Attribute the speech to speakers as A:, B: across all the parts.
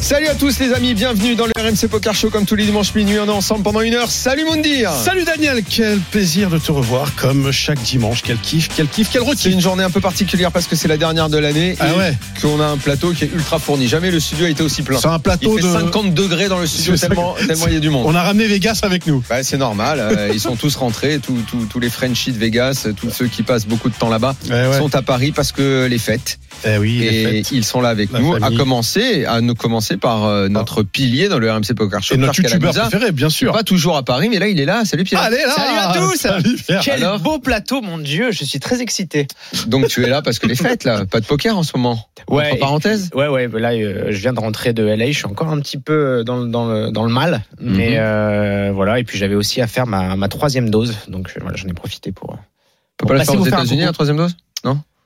A: Salut à tous les amis, bienvenue dans le RMC Poker Show comme tous les dimanches minuit, on est ensemble pendant une heure. Salut Moundir
B: Salut Daniel, quel plaisir de te revoir comme chaque dimanche. Quel kiff, quel kiff, quel
A: C'est
B: routine.
A: une journée un peu particulière parce que c'est la dernière de l'année
B: Ah
A: et
B: ouais.
A: qu'on a un plateau qui est ultra fourni. Jamais le studio a été aussi plein.
B: C'est un plateau
A: Il fait
B: de.
A: 50 degrés dans le studio
B: C'est
A: tellement, tellement il y a du monde.
B: On a ramené Vegas avec nous.
A: Bah, c'est normal, euh, ils sont tous rentrés, tous- tous- tous les Frenchies de Vegas, tous ceux qui passent beaucoup de temps là-bas
B: Eh ouais.
A: sont à Paris parce que les fêtes.
B: Eh oui, les
A: et
B: fêtes.
A: ils sont là avec
B: La
A: nous,
B: famille.
A: à commencer, à nous commencer par euh, notre pilier dans le RMC Poker Show.
B: Et notre
A: Pierre
B: youtubeur
A: Calamusa.
B: préféré, bien sûr.
A: Pas toujours à Paris, mais là il est là. Salut Pierre.
B: Allez là
C: Salut à tous.
B: Salut, Pierre.
C: Quel
A: Alors
C: beau plateau, mon Dieu, je suis très excité.
A: Donc tu es là parce que les fêtes là, pas de poker en ce moment. Entre parenthèses.
C: Ouais, ouais, bah là, euh, je viens de rentrer de LA, je suis encore un petit peu euh, dans, le- dans, le, dans le mal. Mais euh, voilà, et puis j'avais aussi à faire ma, ma troisième dose, donc euh, voilà, j'en ai profité pour. euh,
A: On peut pas la
B: Bah,
C: passer
A: faire aux
C: vous faire un
A: États-Unis
C: coucou.
A: la troisième dose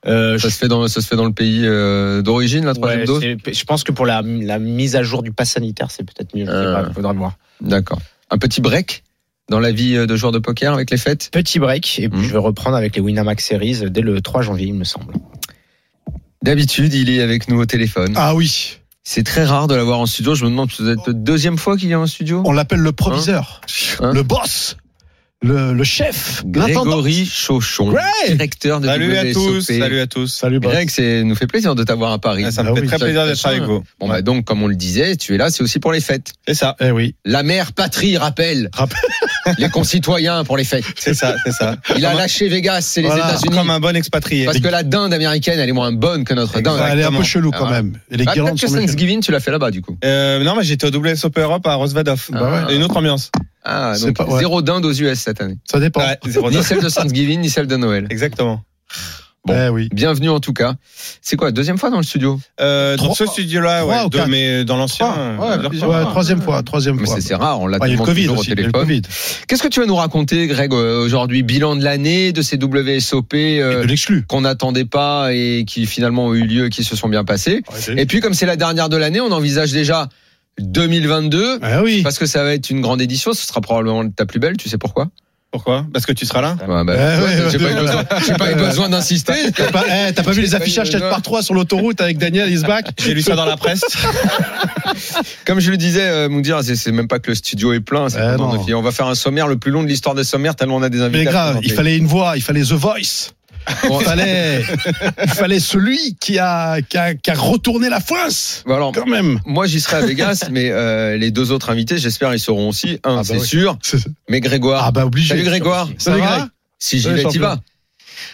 C: Euh,
A: Ça
C: je-
A: se fait dans ça se fait dans le pays euh, d'origine la troisième
C: ouais,
A: dose.
C: c'est- je pense que pour la, la mise à jour du pass sanitaire, c'est peut-être mieux. je sais
A: Euh.
C: pas, faudra le voir.
A: D'accord. Un petit break dans la vie euh, de joueur de poker avec les fêtes.
C: Petit break, et puis
A: Mhm.
C: je vais reprendre avec les Winamax Series dès le 3 janvier, il me semble.
A: D'habitude il est avec nous au téléphone.
B: Ah oui,
A: C'est très rare de l'avoir en studio. Je me demande peut-être la deuxième fois qu'il est en studio.
B: on l'appelle le proviseur,
A: Hein
B: le boss, le, le chef, l'intendant.
A: Grégory Chauchon,
D: Greg
A: directeur de
D: Salut à tous,
A: WSOP.
D: salut à tous.
B: Salut, boss.
A: Greg, c'est nous fait plaisir de t'avoir à Paris.
D: Ah, Ça me
B: Ah
D: fait
B: oui.
D: très plaisir d'être avec vous.
A: Bon bah donc comme on le disait, tu es là, c'est aussi pour les fêtes.
D: C'est ça,
B: Eh oui.
A: La mère patrie rappelle
B: Rappel-
A: les concitoyens pour les fêtes.
D: c'est ça, c'est ça. Ah,
A: Il a lâché Vegas, c'est les
B: Voilà.
A: États-unis.
D: Comme un bon expatrié.
A: Parce que la dinde américaine, elle est moins bonne que notre dinde.
B: Elle est un peu chelou quand
A: Ah,
B: même. Et les
A: Ah,
B: guirlandes
A: peut-être que
B: sont méchantes.
A: Thanksgiving, tu l'as fait là-bas, du coup.
D: Euh, non, mais j'étais au WSOP Europe à Rosvadov.
B: Bah
A: ouais.
D: Une autre ambiance.
A: Ah,
B: C'est
A: donc
B: pas- ouais.
A: zéro dinde aux US cette année.
B: Ça dépend.
D: Ouais, zéro
A: Ni
D: dose.
A: celle de Thanksgiving, ni celle de Noël.
D: Exactement.
A: Bon.
B: Eh oui.
A: Bienvenue en tout cas. C'est quoi, deuxième fois dans le studio
D: Euh, dans
B: Trois-
D: ce studio-là,
B: trois ou
D: ouais, deux,
B: quatre
D: mais dans l'ancien.
A: Trois, ouais,
D: euh, leur
A: plusieurs.
D: temps.
B: Ah, Ouais, troisième fois, troisième
A: Mais
B: fois.
A: c'est- c'est rare, on l'a
B: Ah, il y a le
A: demande
B: Covid
A: toujours
B: aussi.
A: au
B: il y a le
A: téléphone. Euh,
B: Covid.
A: Qu'est-ce que tu vas nous raconter, Greg, euh, aujourd'hui Bilan de l'année, de ces WSOP
B: Et
A: euh,
B: de l'exclu.
A: qu'on n'attendait pas et qui finalement ont eu lieu et qui se sont bien passés. Et puis comme c'est la dernière de l'année, on envisage déjà 2022.
B: Ah oui.
A: Parce que ça va être une grande édition, ce sera probablement ta plus belle, tu sais pourquoi
D: Pourquoi Parce que tu seras là
A: Ah bah,
B: Eh
A: ouais,
B: ouais,
A: J'ai
B: ouais,
A: pas eu
B: voilà.
A: besoin, j'ai pas eu besoin d'insister.
B: T'as pas, eh, t'as pas vu les affichages 4 par 3 sur l'autoroute avec Daniel Isbach
D: J'ai lu ça dans la presse.
A: Comme je le disais, euh, Moundir, c'est- c'est même pas que le studio est plein. c'est
B: Eh
A: qu'on en
B: non.
A: a fait- on va faire un sommaire le plus long de l'histoire des sommaires, tellement on a des invités.
B: Mais
A: à
B: grave, il
A: présenter.
B: fallait une voix, il fallait The Voice.
A: Bon,
B: Il fallait, il fallait celui qui a, qui a, qui a retourné la France,
A: bon, alors,
B: quand même.
A: moi j'y serai à Vegas, mais euh, les deux autres invités, j'espère, ils seront aussi. Un,
B: bah
A: c'est
B: oui.
A: sûr. Mais Grégoire.
B: Ah bah obligé.
A: Salut Grégoire.
B: Salut
A: Ça va
B: Greg. Ah
A: Si j'y
B: Salut,
A: vais, t'y
B: champion.
A: vas.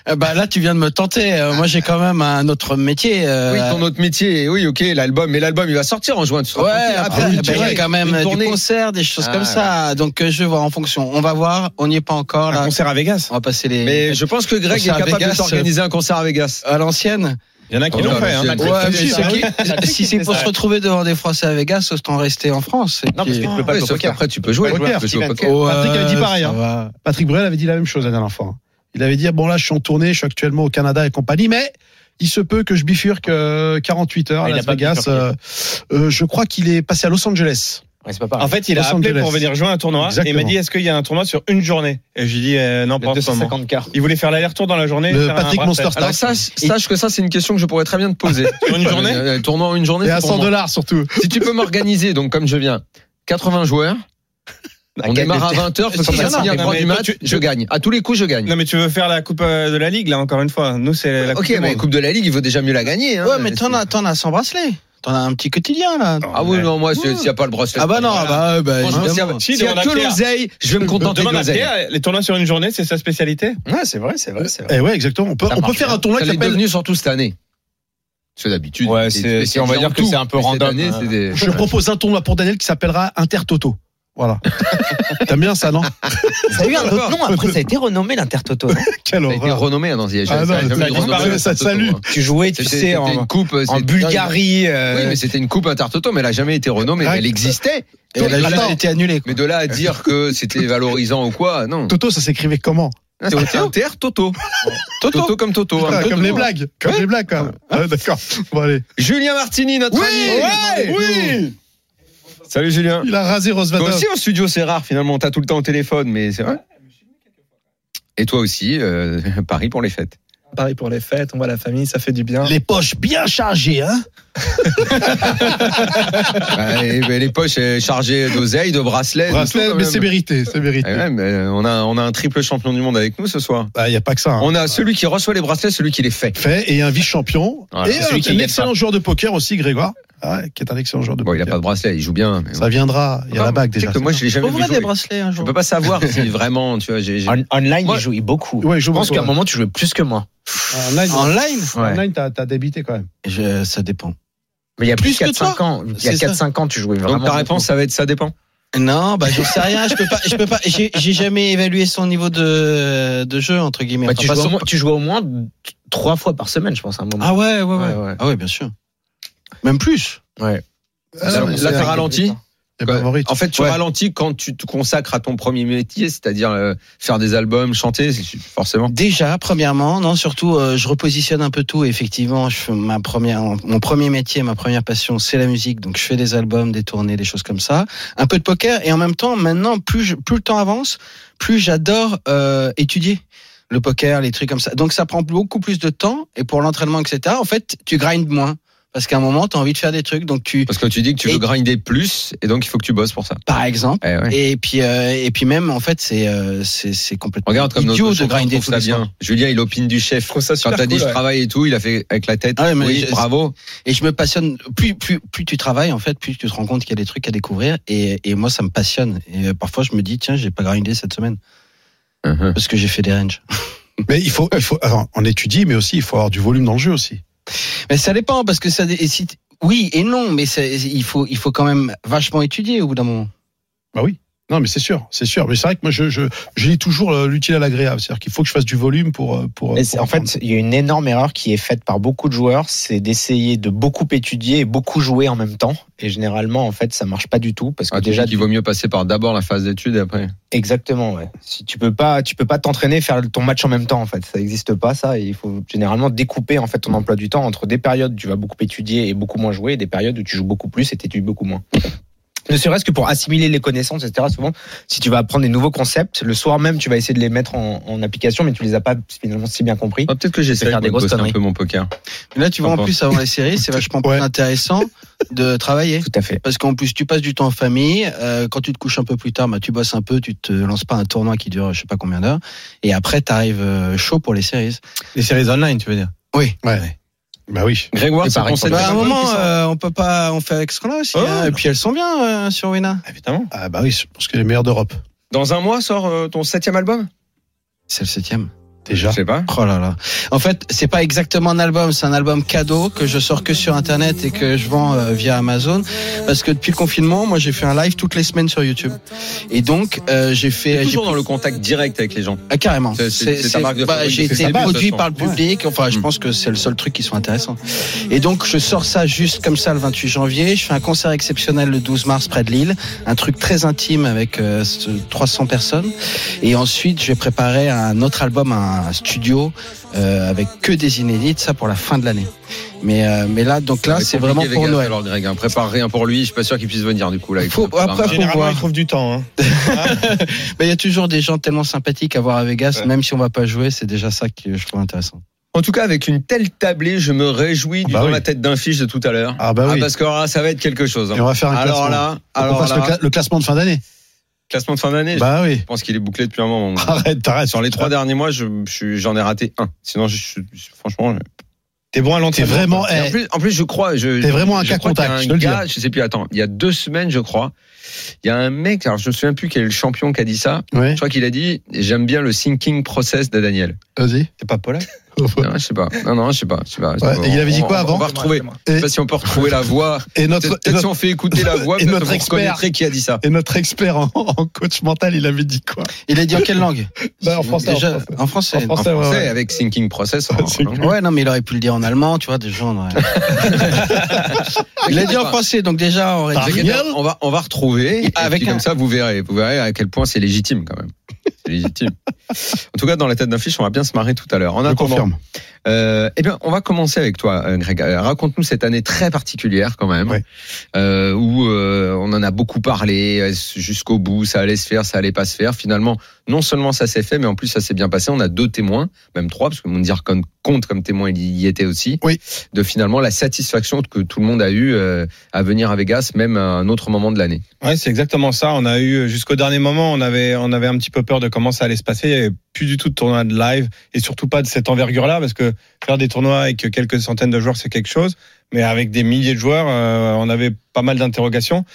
E: Eh ben là, tu viens de me tenter. Euh, Moi, j'ai quand même un autre métier. euh,
A: Oui, ton autre métier, oui, ok, l'album, mais l'album il va sortir en juin, tu seras
E: Ouais,
A: tranquille. Ah bah
E: après,
A: une
E: eh ben, il y a
A: tournée,
E: quand même
A: une
E: euh, du
A: tournée.
E: concert, des choses
A: Ah,
E: comme ça. Donc, euh, je vais voir en fonction. On va voir. On n'y est pas encore
D: Un
E: là.
D: concert à Vegas.
E: On va passer les
A: Ah. Mais je pense que Greg est
E: Concert à
A: capable de
E: Vegas,
A: t'organiser un concert à Vegas.
E: à l'ancienne.
D: Il y en a qui
A: Oh là
D: l'ont fait.
A: là,
D: hein.
A: c'est-
D: Macron,
A: Ouais,
D: tu
E: mais
D: sais,
E: c'est
D: hein.
A: Ah,
E: si c'est pour se retrouver devant des Français à Vegas, autant rester en France. Et
D: Non, parce
E: puis-
D: qu'il pleut pas
A: Ouais,
D: de
A: sauf
D: poker.
A: qu'après tu peux jouer.
B: Poker,
A: tu peux jouer au
D: Steven.
A: poker.
E: Ouais,
B: Patrick avait dit pareil,
E: ça
B: hein.
E: va.
B: Patrick Bruel avait dit la même chose la dernière fois. hein. Il avait dit, ah, bon là, je suis en tournée, je suis actuellement au Canada et compagnie, mais il se peut que je bifurque euh, 48 heures à
C: Ah, il
B: Las
C: a pas
B: Vegas.
C: bifurqué.
B: euh, euh, je crois qu'il est passé à Los Angeles.
C: Ouais, c'est pas pareil.
D: En fait, il a
B: Los
D: appelé
B: Angeles.
D: pour venir jouer un tournoi et il m'a
B: Exactement.
D: dit est-ce qu'il y a un tournoi sur une journée Et j'ai dit euh,
C: Il
D: non,
C: y
D: pas
C: a
D: en ce moment.
C: 250 cartes.
D: Il voulait faire l'aller-retour dans la journée. et
B: Le
D: faire un
B: Patrick
D: bracelet.
B: Monsterstack.
A: Alors ça, sache que ça c'est une question que je pourrais très bien te poser.
D: Sur une journée
A: Euh, Tournant en une journée.
B: Et
A: c'est
B: à
A: pour
B: 100
A: moi.
B: dollars surtout.
A: Si tu peux m'organiser, donc comme je viens, 80 joueurs. On démarre à 20h, faut
D: Si,
A: que ça
D: non,
A: finisse à
D: non,
A: trois
D: mais
A: du
D: toi,
A: match,
D: tu-
A: je gagne. À tous les coups, je gagne.
D: Non mais tu veux faire la coupe euh, de la ligue là encore une fois. Nous c'est la coupe
A: Ok,
D: du
A: mais la
D: monde.
A: Coupe de la Ligue, il vaut déjà mieux la gagner. hein.
E: Ouais, mais t'en as, t'en as sans bracelet. T'en as un petit quotidien là.
A: Ah oui, non, moi, s'il n'y a pas le bracelet.
E: Ah bah non,
A: Voilà.
E: ah bah, ouais, bah,
A: Franchement, s'il y a-
E: évidemment.
A: s'il y a
D: Demande à
A: que
D: Pierre.
A: l'oseille, je vais me contenter de
D: Demande à
A: l'oseille.
D: Pierre, les tournois sur une journée, c'est sa spécialité.
C: Ah,
E: Ouais, c'est vrai, c'est vrai, c'est vrai.
B: Eh ouais, exactement. On peut, on peut faire un tournoi
A: Ça
B: qui
A: l'est
B: s'appelle
A: devenu surtout cette année. C'est d'habitude.
D: Ouais,
A: C'est-
D: c'est-
A: c'est- on va dire que c'est un peu random. Année, c'est des-
B: Je propose un tournoi pour Daniel qui s'appellera Intertoto. Voilà. T'aimes bien ça, non
A: Ah,
C: Ça a eu un autre nom, après ça a été renommé l'Intertoto. non
B: Quelle
A: Ça a été
B: horreur.
A: renommé hein, dans The Agent.
B: Ah non,
A: Ça a jamais
B: ça a
A: été renommé,
B: disparu, ça
A: Intertoto,
B: salue.
A: hein.
C: Tu jouais, tu
A: C'était-
C: sais,
A: c'était
C: en,
A: une coupe,
C: en
A: c'était-
C: Bulgarie.
A: Oui,
C: euh,
A: mais c'était une coupe intertoto, mais elle a jamais été renommée.
B: Greg,
A: Elle existait.
E: Et la
B: Attends.
E: a été annulée. quoi.
A: Mais de là à dire que c'était valorisant ou quoi, non.
B: Toto, ça s'écrivait comment
A: Théo, Théo, TR, Toto. Toto. Toto comme Toto. hein.
B: Putain,
A: Toto,
B: comme les
A: hein.
B: blagues, comme
A: Ouais. Ah.
B: les blagues, quoi. Ouais, D'accord. Bon, allez.
A: Julien Martini, notre ami.
B: Ouais, oui.
A: Salut Julien.
B: Il a rasé Rosvadov.
A: Toi aussi en studio, c'est rare finalement. T'as tout le temps au téléphone, mais c'est vrai. Et toi aussi, euh, Paris pour les fêtes.
F: Pareil pour les fêtes, on voit la famille, ça fait du bien.
E: Les poches bien chargées, hein
A: Bah, et- et les poches euh, chargées d'oseilles, de bracelets. de tout,
B: Bracelet,
A: quand
B: mais
A: même.
B: c'est mérité, c'est
A: Eh
B: mérité.
A: ouais, mais, euh, on, a, on a un triple champion du monde avec nous ce soir.
B: Bah, Il n'y a pas que ça. hein.
A: On a celui qui reçoit les bracelets, celui qui les fait.
B: Fait et un vice-champion.
A: Voilà,
B: et
A: c'est
B: un,
A: celui qui
B: un
A: gagne
B: excellent joueur de poker aussi, Grégoire, ah, qui est un excellent joueur de
A: Bon, il a
B: poker.
A: pas de bracelet, il joue bien. mais
B: Ça viendra, il y a
A: Non,
B: la bague
A: tu sais
B: déjà.
A: que moi, je l'ai jamais
E: On
A: vu
E: voit
A: jouer.
E: des bracelets un
A: Je
E: jour.
A: peux pas savoir si vraiment, tu vois, j'ai.
B: Ah,
A: j'ai-
C: On- online,
A: Moi-
C: il jouait beaucoup.
B: Ouais,
C: je
B: je
C: pense
B: vois,
C: qu'à un
B: ouais.
C: moment, tu jouais plus que moi.
B: En
A: Ah,
B: ligne,
E: En live
B: en ligne, t'as t'as débité quand même.
E: Je- Ça dépend.
C: Mais il y a plus,
E: Plus que
C: 4-5
E: toi
C: ans. Il y a
E: C'est ça.
C: 4-5 ans, tu jouais vraiment.
A: Donc ta réponse, ça va être ça dépend.
E: Non, bah j'en sais rien. Je peux pas. Je peux pas. J'ai j'ai jamais évalué son niveau de, de jeu entre guillemets.
C: beaucoup. Bah, tu,
E: Enfin, pas
C: jouais au
E: son-
C: moins, tu jouais au moins 3 fois par semaine, je pense, à un moment.
E: Ah ouais, ouais, ouais,
C: Ouais, ouais.
E: Ah ouais, bien sûr. Même plus.
A: Là,
B: Ah, non, mais
A: là,
B: c'est-
A: t'as ralenti.
B: c'est pas favori.
A: En fait, tu
B: Eh ben, Ouais.
A: ralentis quand tu te consacres à ton premier métier, c'est-à-dire euh, faire des albums, chanter, c'est- forcément.
E: Déjà, premièrement, non, surtout, euh, je repositionne un peu tout. Effectivement, je fais ma première, mon premier métier, ma première passion, c'est la musique. Donc, je fais des albums, des tournées, des choses comme ça. Un peu de poker. Et en même temps, maintenant, plus, je- plus le temps avance, plus j'adore euh, étudier le poker, les trucs comme ça. Donc, ça prend beaucoup plus de temps. Et pour l'entraînement, etc., en fait, tu grindes moins. Parce qu'à un moment, tu as envie de faire des trucs. Donc, tu,
A: Parce que tu dis que tu veux
E: Et-
A: grinder plus, et donc il faut que tu bosses pour ça.
E: par exemple,
A: Eh ouais.
E: et puis, euh, et puis même, en fait, c'est euh, c'est c'est complètement
A: Regarde comme notre
E: idiot de
A: champion
E: grinder
A: trouve
E: tout
A: ça bien. Julien, il opine du chef.
F: trouve ça
A: Quand
F: super
A: t'as dit
F: cool,
A: je
F: ouais.
A: travaille et tout, il a fait avec la tête.
E: Ah ouais, mais
A: oui,
E: je-
A: bravo.
E: Et je me passionne. Plus, plus, plus tu travailles, en fait, plus tu te rends compte qu'il y a des trucs à découvrir. Et, et moi, ça me passionne. Et euh, parfois, je me dis, tiens, j'ai pas grindé cette semaine
A: Mhm.
E: parce que j'ai fait des ranges.
B: Mais il faut, il faut, alors, on étudie, mais aussi, il faut avoir du volume dans le jeu aussi.
E: Mais ça dépend parce que ça. dé- et si t- oui et non, mais ça- il faut, il faut quand même vachement étudier au bout d'un moment.
B: Bah Non, mais c'est sûr, c'est sûr. Mais c'est vrai que moi, je, je, je lis toujours euh, l'utile à l'agréable. C'est-à-dire qu'il faut que je fasse du volume pour, euh,
E: Ah,
B: pour.
C: Mais
B: euh,
C: c'est-
B: pour
C: en fait, il y a une énorme erreur qui est faite par beaucoup de joueurs, c'est d'essayer de beaucoup étudier et beaucoup jouer en même temps. Et généralement, en fait, ça marche pas du tout parce que
A: Ah, tu
C: déjà,
A: dis qu'il vaut mieux passer par d'abord la phase d'études et après.
C: exactement, ouais. Si tu peux pas, tu peux pas t'entraîner faire ton match en même temps, en fait, ça n'existe pas ça. Et il faut généralement découper en fait ton emploi du temps entre des périodes où tu vas beaucoup étudier et beaucoup moins jouer, et des périodes où tu joues beaucoup plus et t'étudies beaucoup moins. Ne serait-ce que pour assimiler les connaissances, etc. Souvent, si tu vas apprendre des nouveaux concepts, le soir même, tu vas essayer de les mettre en, en application, mais tu les as pas finalement si bien compris.
A: Ah, peut-être que j'essaie
C: faire
A: de
C: des grosses
A: bosser un
C: conneries.
A: peu mon poker.
E: Et là, tu vois, en
A: D'accord.
E: plus, avant les séries, c'est vachement plus
B: Ouais.
E: intéressant de travailler.
C: Tout à fait.
E: Parce qu'en plus, tu passes du temps en famille. euh, quand tu te couches un peu plus tard, bah, tu bosses un peu. Tu te lances pas un tournoi qui dure je sais pas combien d'heures. Et après, t'arrives euh, chaud pour les séries.
F: Les séries online, tu veux dire
E: Oui.
B: Ouais. Bah oui.
A: Grégoire,
C: Et
A: c'est
C: par
A: conseil
C: exemple-
E: Bah, à un
A: de-
E: moment, euh, on peut pas, on fait avec ce qu'on a aussi.
A: Oh,
E: hein. Et puis elles sont bien euh, sur Wina.
D: Évidemment.
B: Ah bah oui, je pense que les meilleurs d'Europe.
A: Dans un mois sort euh, ton septième album
E: C'est le septième.
B: Déjà.
A: Je sais pas.
E: Oh là là. En fait, c'est pas exactement un album, c'est un album cadeau que je sors que sur internet et que je vends euh, via Amazon. Parce que depuis le confinement, moi j'ai fait un live toutes les semaines sur YouTube. Et donc euh, j'ai fait.
A: T'es
E: j'ai-
A: toujours dans le contact direct avec les gens.
E: Ah, carrément.
A: C'est- c'est- c'est ta marque de
E: bah,
A: fabrique
E: J'ai
A: depuis le
E: été
A: début, de
E: produit
A: toute
E: par le public. Enfin, je
A: Mm.
E: pense que c'est le seul truc qui soit intéressant. Et donc, je sors ça juste comme ça le 28 janvier. Je fais un concert exceptionnel le 12 mars près de Lille. Un truc très intime avec euh, ce- 300 personnes. Et ensuite, je vais préparer un autre album, un studio euh, avec que des inédits. Ça pour la fin de l'année. Mais, euh, mais là, donc là,
A: Ouais,
E: c'est
A: compliqué,
E: vraiment pour
A: Vegas,
E: Noël.
A: Alors Greg, hein. prépare rien pour lui. Je suis pas sûr qu'il puisse venir du coup là. avec
E: Faut-
A: ça.
E: après, faut-
D: Généralement,
E: voir.
D: il trouve du temps. hein.
E: Mais il y a toujours des gens tellement sympathiques à voir à Vegas, même si on va pas jouer. C'est déjà ça que je trouve intéressant.
A: En tout cas, avec une telle tablée, je me réjouis du
B: Bah
A: dans
B: oui.
A: la tête d'un fiche de tout à l'heure.
B: Ah bah oui.
A: parce que alors là, ça va être quelque chose. hein.
B: Et on va faire un classement.
A: Alors là,
B: Faut qu'on
A: alors
B: fasse
A: là,
B: le, cla- le classement de fin d'année.
A: classement de fin d'année.
B: Bah Ah. oui.
A: Je pense qu'il est bouclé depuis un moment.
B: Arrête, t'arrête.
A: Sur les trois derniers mois, je- je suis- j'en ai raté un. Sinon, je, suis- franchement, je-
D: T'es bon à
B: T'es
D: l'entraînement.
B: vraiment.
A: Et en,
B: eh,
A: plus, en plus, je crois. Je,
B: T'es vraiment un
A: je
B: cas
A: crois
B: contact,
A: qu'il y
B: je
A: a
B: te
A: un
B: le
A: gars,
B: dis. hein.
A: Je sais plus, attends. Il y a deux semaines, je crois, il y a un mec, alors je me souviens plus quel est le champion qui a dit ça.
B: Ouais.
A: Je crois qu'il a dit J'aime bien le thinking process de Daniel.
B: Vas-y.
D: T'es pas Paula
A: Non, je sais pas. Non, non, je sais pas. Je sais pas.
B: Ouais, et il avait dit
A: On-
B: quoi
A: on-
B: avant
A: On va retrouver. Je
B: Et,
A: sais pas si on peut retrouver la voix.
B: et notre. et
A: Peut-être si
B: notre-
A: on fait écouter la voix,
B: Et
A: peut-être
B: notre
A: qu'on
B: expert.
A: reconnaîtrait qui a dit ça.
B: et notre expert en, en coach mental, il avait dit quoi
E: Il a dit en quelle langue
B: Bah, en français, en
E: Déjà,
B: français.
E: en français.
B: En français,
A: Tu
B: ouais,
A: sais,
B: ouais. Ah,
A: avec thinking process. hein, on-
B: C'est
A: on-
B: clair.
E: Ouais, non, mais il aurait pu le dire en allemand, tu vois, des gens. ouais. Il a dit en français, donc déjà, on aurait
B: Par
E: dit-
A: on va, on va retrouver. et
E: Avec
A: puis
E: un-
A: comme ça, vous verrez. Vous verrez à quel point c'est légitime quand même. C'est légitime. en tout cas, dans la tête d'affiche, on va bien se marrer tout à l'heure. En
B: Je
A: attendant,
B: confirme.
A: euh, eh bien, on va commencer avec toi, euh, Greg. Euh, Raconte-nous cette année très particulière, quand même,
B: Ouais.
A: euh, où euh, on en a beaucoup parlé euh, jusqu'au bout. Ça allait se faire, ça allait pas se faire. Finalement, non seulement ça s'est fait, mais en plus ça s'est bien passé. On a deux témoins, même trois, parce que Moundir Khan compte comme témoin, il y était aussi.
B: Oui.
A: De finalement la satisfaction que tout le monde a eu euh, à venir à Vegas, même à un autre moment de l'année.
D: Ouais, c'est exactement ça. On a eu jusqu'au dernier moment, on avait, on avait un petit peu peur de comment ça allait se passer. Il n'y avait plus du tout de tournoi de live et surtout pas de cette envergure-là parce que faire des tournois avec quelques centaines de joueurs, c'est quelque chose. Mais avec des milliers de joueurs, euh, on avait pas mal d'interrogations.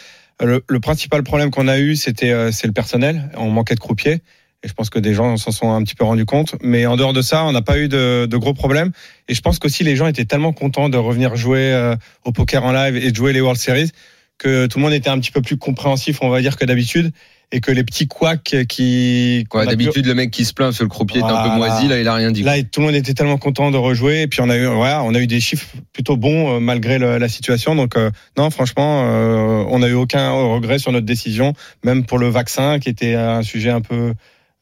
D: Euh, Le, le principal problème qu'on a eu, c'était euh, c'est le personnel. On manquait de croupiers. Et je pense que des gens s'en sont un petit peu rendus compte. Mais en dehors de ça, on n'a pas eu de, de gros problèmes. Et je pense qu'aussi les gens étaient tellement contents de revenir jouer euh, au poker en live et de jouer les World Series que tout le monde était un petit peu plus compréhensif, on va dire, que d'habitude. Et que les petits couacs qui... qu'on
A: Quoi,
D: a pu-
A: d'habitude, le mec qui se plaint parce que le croupier est un peu
D: Voilà.
A: moisi, là, il a rien dit.
D: Là, et tout le monde était tellement content de rejouer. Et puis, on a eu, voilà, on a eu des chiffres plutôt bons euh, malgré le- la situation. Donc, euh, non, franchement, euh, on n'a eu aucun regret sur notre décision, même pour le vaccin, qui était un sujet un peu.